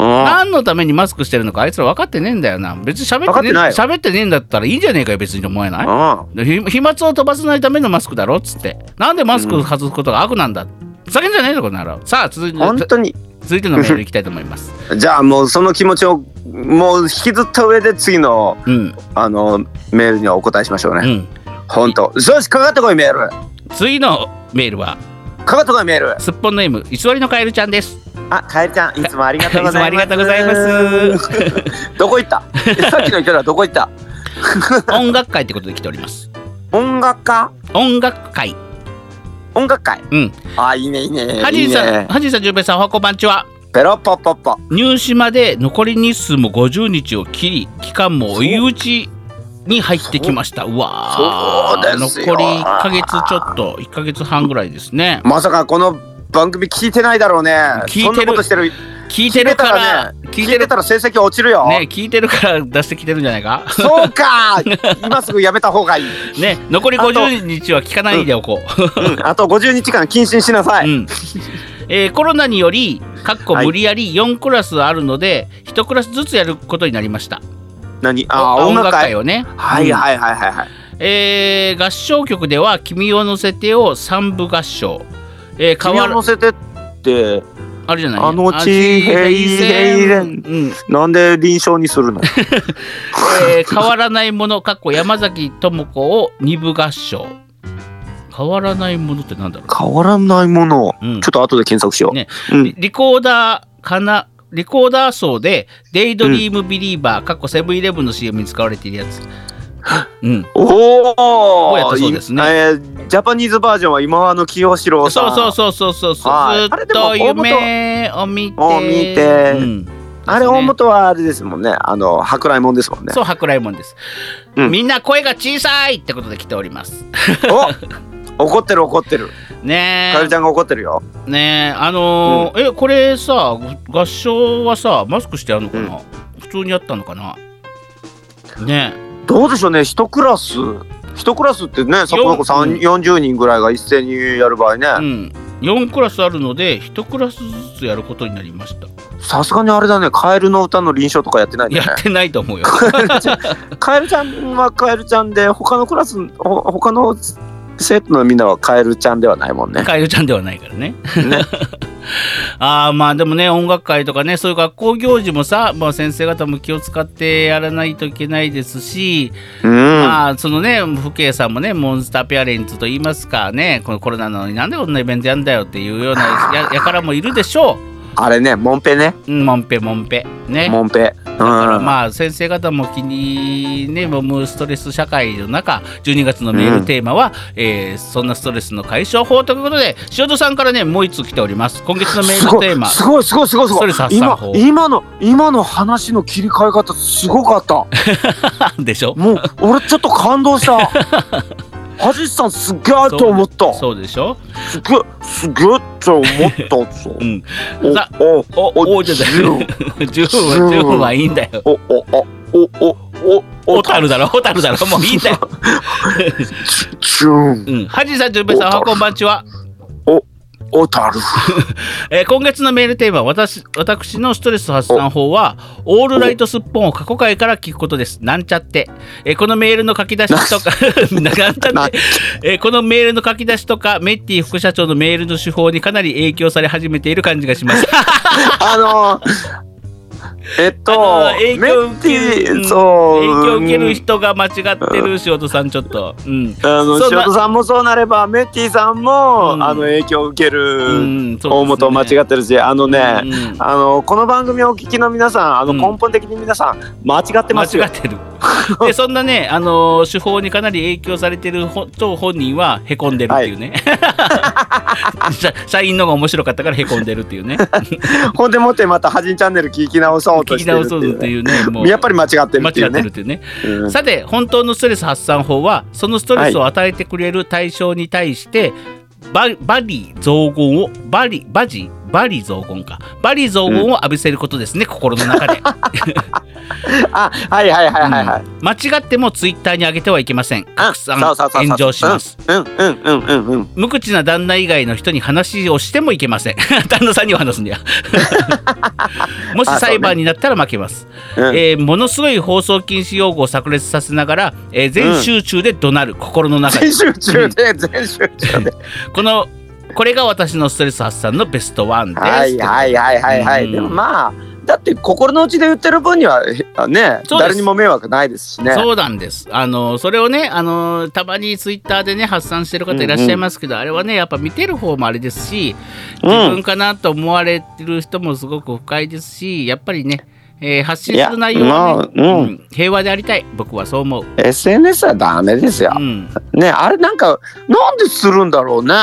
Speaker 2: うん
Speaker 1: 何のためにマスクしてるのかあいつら分かってねえんだよな別に喋ってねえ
Speaker 2: 分かって
Speaker 1: 喋ってねえんだったらいいんじゃねえかよ別にと思えない、
Speaker 2: うん
Speaker 1: でひ飛沫を飛ばさないためのマスクだろっつってなんでマスク外すことが悪なんだ、ふざけんじゃねえのこの野郎さあ続いて
Speaker 2: 本当に
Speaker 1: 続いてのメールいきたいと思います
Speaker 2: じゃあもうその気持ちをもう引きずった上で次の
Speaker 1: うん
Speaker 2: あのメールにはお答えしましょう
Speaker 1: う
Speaker 2: ね、
Speaker 1: ん
Speaker 2: ほん、本当よしかかってこいメールか
Speaker 1: 次のメールは
Speaker 2: かってこいメール
Speaker 1: すっぽんの M 偽りのカエルちゃん です
Speaker 2: あカエルちゃんいつもありがとうございま
Speaker 1: いつもありが
Speaker 2: す
Speaker 1: とうござ
Speaker 2: います どこ行ったえさっきのキャラどこ行った
Speaker 1: 音楽会ってことで来ております
Speaker 2: 音楽家
Speaker 1: 音楽会
Speaker 2: 音楽会
Speaker 1: うん
Speaker 2: あいいねいいね
Speaker 1: ハジ
Speaker 2: いい
Speaker 1: ンさん
Speaker 2: ね
Speaker 1: ハジンさんジュウペイさんおはこんばんちは
Speaker 2: ペロポポポ
Speaker 1: 入試まで残り日数も50日を切り期間も追い打ちに入ってきましたうわー
Speaker 2: そうですよ
Speaker 1: 残り1ヶ月ちょっと1ヶ月半ぐらいですね
Speaker 2: まさかこの番組聞いてないだろうね
Speaker 1: 聞いてる
Speaker 2: そんなことしてる
Speaker 1: 聞いてるから
Speaker 2: 聞
Speaker 1: 聞
Speaker 2: い
Speaker 1: いて
Speaker 2: て
Speaker 1: る
Speaker 2: たら成績落ちるよ、
Speaker 1: ね聞いてるから出してきてるんじゃないか
Speaker 2: そうか今すぐやめた方がいい、
Speaker 1: ね残り
Speaker 2: あと
Speaker 1: 50日は聞かないでおこう、
Speaker 2: うんあと50日間謹慎しなさい、
Speaker 1: うんえーコロナによりかっこ
Speaker 2: はい
Speaker 1: 無理やり4クラスあるので、1クラスずつやることになりました
Speaker 2: 何あー
Speaker 1: お
Speaker 2: 音楽会
Speaker 1: 会をね
Speaker 2: はいはいはいはいはい、
Speaker 1: えー合唱曲では「君を乗せて」を三部合唱、えー、変
Speaker 2: 君
Speaker 1: わ
Speaker 2: を
Speaker 1: る
Speaker 2: 乗せてって
Speaker 1: あるじゃない
Speaker 2: あの地平線
Speaker 1: うん
Speaker 2: なんで臨床に するの
Speaker 1: えー変わらないものかっこ山崎智子を二部合唱変わらないものってなんだろ
Speaker 2: 変わらないものを
Speaker 1: う、うん
Speaker 2: ちょっと後で検索しよう、
Speaker 1: ね
Speaker 2: うん
Speaker 1: リリコーダーかなリコーダー層で「デイドリームビリーバー」かっこセブンイレブンの CM に使われているやつ、うん、
Speaker 2: お
Speaker 1: うやっ
Speaker 2: お、
Speaker 1: たそうですね
Speaker 2: いえージャパニーズバージョンは今あの清志郎さ
Speaker 1: そ
Speaker 2: ん
Speaker 1: うそうそうそうそうそう
Speaker 2: は
Speaker 1: ず
Speaker 2: いあれ
Speaker 1: っ
Speaker 2: でも
Speaker 1: と
Speaker 2: 大元
Speaker 1: 夢を見て
Speaker 2: を見て
Speaker 1: うん
Speaker 2: あれ大元はあれですもんねあの舶来もんですもんね
Speaker 1: そう、舶来もんです、
Speaker 2: うん
Speaker 1: みんな声が小さいってことで来ております。
Speaker 2: お怒ってる怒ってる
Speaker 1: ね
Speaker 2: かゆりちゃんが怒ってるよ
Speaker 1: え、ねえ、あのーえ、これさ、合唱はさ、マスクしてやるのかな、普通にやったのかなね
Speaker 2: どうでしょうね一クラス一クラスってねそこそこ
Speaker 1: うん
Speaker 2: 三40人ぐらいが一斉にやる場合
Speaker 1: え、う
Speaker 2: ね
Speaker 1: ん。4クラスあるので、1クラスずつやることになりました。
Speaker 2: さすがにあれだねカエルの歌の臨床とかやってないんだ
Speaker 1: や
Speaker 2: ね
Speaker 1: ってないと思う よ。
Speaker 2: カエルちゃんはカエルちゃんで他のクラスほ他の生徒のみんなはカエルちゃんではないもんね
Speaker 1: カエルちゃんではないからね。
Speaker 2: ね
Speaker 1: ああまあでもね音楽会とかねそういう学校行事もさ、まあ、先生方も気を使ってやらないといけないですし、
Speaker 2: うん
Speaker 1: まあそのね父兄さんもねモンスターペアレンツと言いますかねこのコロナなのになんでこんなイベントやんだよっていうようなややからもいるでしょ
Speaker 2: あれねモンペね
Speaker 1: ううんもんぺもんぺね
Speaker 2: モンペうん
Speaker 1: まあ先生方も気にねもう無ストレス社会の中12月のメールテーマは、えーそんなストレスの解消法ということで塩戸さんからねもう一つ来ております今月のメールテーマ
Speaker 2: すごいすごいすごい
Speaker 1: ス
Speaker 2: す
Speaker 1: ト
Speaker 2: ごい
Speaker 1: レス
Speaker 2: すごい
Speaker 1: 発散
Speaker 2: 今
Speaker 1: 法
Speaker 2: 今の今の話の切り替え方すごか った
Speaker 1: でしょ
Speaker 2: もう俺ちょっと感動したはじさんすげえと思った
Speaker 1: そうでしょ
Speaker 2: すげえすげえと思ったぞ
Speaker 1: うん
Speaker 2: お
Speaker 1: さ
Speaker 2: お
Speaker 1: おお
Speaker 2: お
Speaker 1: おじゃない 十分
Speaker 2: 十
Speaker 1: は
Speaker 2: 分
Speaker 1: 十分はいいんだよ
Speaker 2: おおおおお
Speaker 1: 小樽だろ小樽だろもういいんだよ
Speaker 2: チューン
Speaker 1: うん、ハジさん、ジュンペイさん、おはこんばんちは。
Speaker 2: お たる
Speaker 1: えー今月のメールテーマ、私、私のストレス発散法は、オールライトスッポンを過去回から聞くことです。なんちゃって。えーこのメールの書き出しとか、なんちゃ
Speaker 2: な
Speaker 1: っ
Speaker 2: ん
Speaker 1: て、えーこのメールの書き出しとか、メッティ副社長のメールの手法にかなり影響され始めている感じがします。
Speaker 2: あのーえっと
Speaker 1: あのー影響受ける
Speaker 2: メッティ
Speaker 1: うん
Speaker 2: そ
Speaker 1: 影響
Speaker 2: う
Speaker 1: を受け
Speaker 2: うん
Speaker 1: る人が間違ってる、仕事さん、ちょっと。うん。
Speaker 2: あの
Speaker 1: そ
Speaker 2: 塩
Speaker 1: うな
Speaker 2: 田さんもそうなればメッティさんも、
Speaker 1: うん
Speaker 2: あの影響を受ける、
Speaker 1: うん、そうですね
Speaker 2: 大元を間違ってるしあのね、
Speaker 1: うん
Speaker 2: あのこの番組をお聞きの皆さんあの
Speaker 1: うん
Speaker 2: 根本的に皆さん、間違っ
Speaker 1: 間
Speaker 2: てますよ
Speaker 1: 違って るでそんなね、あのー手法にかなり影響されてるほ超本人はへこんでるっていうね、 社社員のが面白かったからへこんでるって いうね
Speaker 2: ほんでもってまた「はじんチャンネル」聞き直そうと
Speaker 1: 聞
Speaker 2: し
Speaker 1: き
Speaker 2: てる
Speaker 1: 直
Speaker 2: っ
Speaker 1: そう
Speaker 2: てい
Speaker 1: ぞ
Speaker 2: う
Speaker 1: って
Speaker 2: ね
Speaker 1: いうねもう
Speaker 2: やっぱり間違ってる
Speaker 1: 間違って
Speaker 2: っ
Speaker 1: て
Speaker 2: いう
Speaker 1: る
Speaker 2: ね
Speaker 1: っていうね
Speaker 2: うん
Speaker 1: さて本当のストレス発散法はそのストレスを与えてくれる対象に対して、ババリ増言をバリバジバリ増言かバリ増言を浴びせることですね、心の中で
Speaker 2: あはいはいはいはいはい、
Speaker 1: 間違ってもツイッターに上げてはいけません拡散
Speaker 2: そうそうそうそう
Speaker 1: 炎上します
Speaker 2: うんうんうんうんうん
Speaker 1: 無口な旦那以外の人に話をしてもいけません 旦那さんには 話すんだよもし裁判になったら負けます、
Speaker 2: うん
Speaker 1: えーものすごい放送禁止用語を炸裂させながら、えー全集中で怒鳴る、心の中で
Speaker 2: 全集中で全集中で
Speaker 1: このこれが私のストレス発散のベストワンです、
Speaker 2: はいはいはいはいはい、
Speaker 1: うん
Speaker 2: でもまあだって心の内で言ってる分にはへあね
Speaker 1: そうです
Speaker 2: 誰にも迷惑ないですしね
Speaker 1: そうなんですあのそれをねあのたまにツイッターでね発散してる方いらっしゃいますけど、あれはねやっぱ見てる方もあれですし
Speaker 2: うん
Speaker 1: 自分かなと思われてる人もすごく不快ですしやっぱりね、えー発信する内容は、ね
Speaker 2: いやまあうん
Speaker 1: うん平和でありたい僕はそう思う、
Speaker 2: SNS はダメですよ
Speaker 1: うん、
Speaker 2: ねあれなんかなんでするんだろうね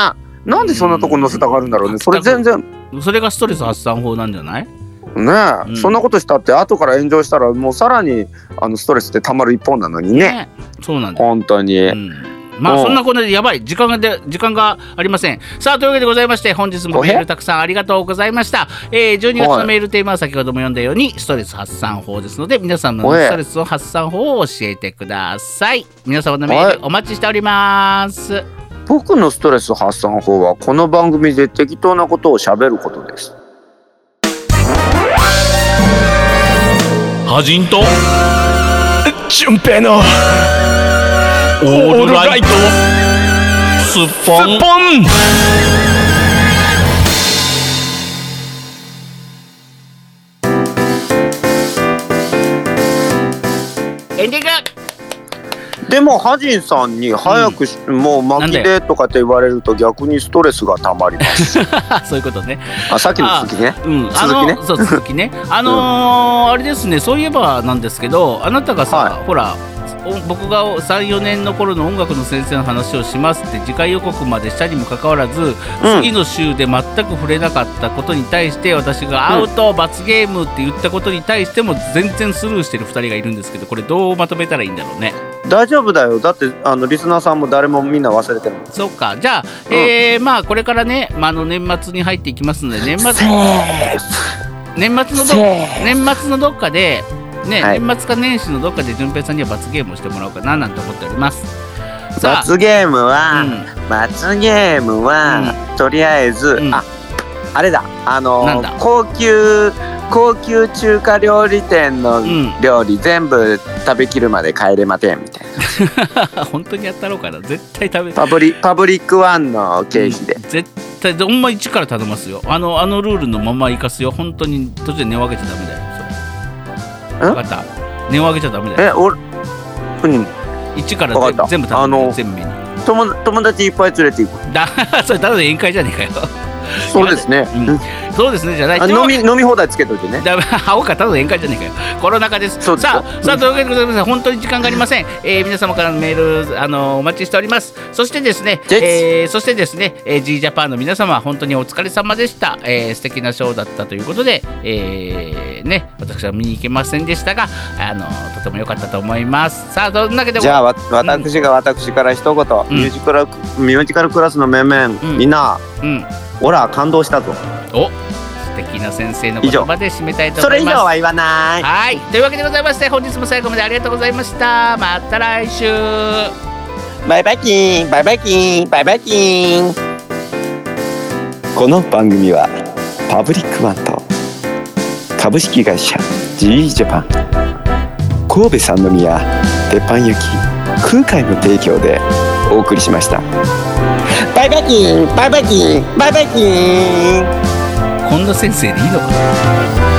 Speaker 2: なんでそんなとこ載せたがるんだろうね、
Speaker 1: うん
Speaker 2: それ全然
Speaker 1: それがストレス発散法なんじゃない
Speaker 2: ね、
Speaker 1: うん
Speaker 2: そんなことしたって後から炎上したらもうさらにあのストレスってたまる一本なのにね
Speaker 1: ねそうなんです、
Speaker 2: 本当に、
Speaker 1: うんま
Speaker 4: う
Speaker 1: あ
Speaker 4: ん
Speaker 1: そんなこんなでやばい時間がで時間がありませんさあというわけでございまして本日も
Speaker 2: おへ
Speaker 1: メールたくさんありがとうございました、えー、12月のメールテーマは先ほども読んだようにストレス発散法ですので皆さんの
Speaker 2: おへ
Speaker 1: ストレスを発散法を教えてください皆様のメ
Speaker 2: は
Speaker 1: ー
Speaker 2: い
Speaker 1: ルお待ちしております
Speaker 2: 僕のストレス発散法はこの番組で適当なことをしゃべることです
Speaker 5: はじんとじゅんぺいのオールライトスッポン
Speaker 1: エンディング
Speaker 2: でもハジンさんに早くし、もう巻きでとかって言われると逆にストレスがたまります
Speaker 1: あそういうことね
Speaker 2: あさっきの続きね
Speaker 1: うん、あ
Speaker 2: 続きね
Speaker 1: のそう続 きねあのーあれですねそういえばなんですけどあなたがさ、
Speaker 2: は
Speaker 1: ほらお僕が34年の頃の音楽の先生の話をしますって次回予告までしたにもかかわらず、次の週で全く触れなかったことに対して私がアウト、罰ゲームって言ったことに対しても全然スルーしてる2人がいるんですけどこれどうまとめたらいいんだろうね
Speaker 2: 大丈夫だよだってあのリスナーさんも誰もみんな忘れてるもん
Speaker 1: そうかじゃあ、えーまあこれからね、まあ、あの年末に入っていきますので年末年末のど年末のどっかで、ね
Speaker 2: はい
Speaker 1: 年末か年始のどっかで順平さんには罰ゲームをしてもらおうかななんて思っておりますさ
Speaker 2: 罰ゲーム
Speaker 1: あ、う
Speaker 2: は、
Speaker 1: ん、
Speaker 2: 罰ゲームは、とりあえ
Speaker 1: う
Speaker 2: ず、
Speaker 1: ん
Speaker 2: ああれだあの
Speaker 1: なんだ
Speaker 2: 高級高級中華料理店の
Speaker 1: ん
Speaker 2: 料理、全部食べきるまで帰れませんみたいな。
Speaker 1: 本当にやったろうかな絶対食べ
Speaker 2: パブリパブリックワンの経費で、
Speaker 1: 絶対ほんま一から頼ますよあのあのルールのまま生かすよ本当に途中で値を上げちゃダメだよ
Speaker 2: ん
Speaker 1: 分かった値を上げちゃダメだよ
Speaker 2: え俺うん
Speaker 1: 一から
Speaker 2: わかった
Speaker 1: 全部頼む
Speaker 2: あ
Speaker 1: よ
Speaker 2: の
Speaker 1: 全面に
Speaker 2: 友友達いっぱい連れて行く
Speaker 1: だ それただの宴会じゃねえかよ
Speaker 2: そうですね、
Speaker 1: うん
Speaker 2: うん
Speaker 1: そうですねじゃない
Speaker 2: あ飲み飲み放題つけといてね
Speaker 1: だ め、青かただの宴会じゃねえかよ。コロナ禍です。
Speaker 2: そうですよ
Speaker 1: さあ、さあ、というわけでございます。本当に時間がありません。えー皆様からのメール、あのーお待ちしております。そしてですね、
Speaker 2: ぜひ
Speaker 1: えーそしてですね、えー、G ジャパンの皆様、本当にお疲れ様でした。えー素敵なショーだったということで、えーね、私は見に行けませんでしたが、あのーとても良かったと思います。さあ、どんなわけでも
Speaker 2: じゃあわ私が私から一
Speaker 1: ん
Speaker 2: 言、ミュージカルミュージカルクラスの面々、
Speaker 1: うん
Speaker 2: みんな
Speaker 1: うん、
Speaker 2: オラ感動したぞ
Speaker 1: お、素敵な先生の言葉で締めたいと
Speaker 2: そ
Speaker 1: 思
Speaker 2: れ
Speaker 1: い
Speaker 2: 以
Speaker 1: ます。
Speaker 2: 上は言わない
Speaker 1: はい、というわけでございまして、本日も最後までありがとうございました。また来週。
Speaker 2: バイバイキーンバイバイキーンバイバイキーンこの番組はパブリックワンと株式会社 GE ジャパン神戸三宮鉄板焼き空海の提供でお送りしましたバイバイキーンバイバイキーンバイバイキーン
Speaker 1: こんな先生でいいのかな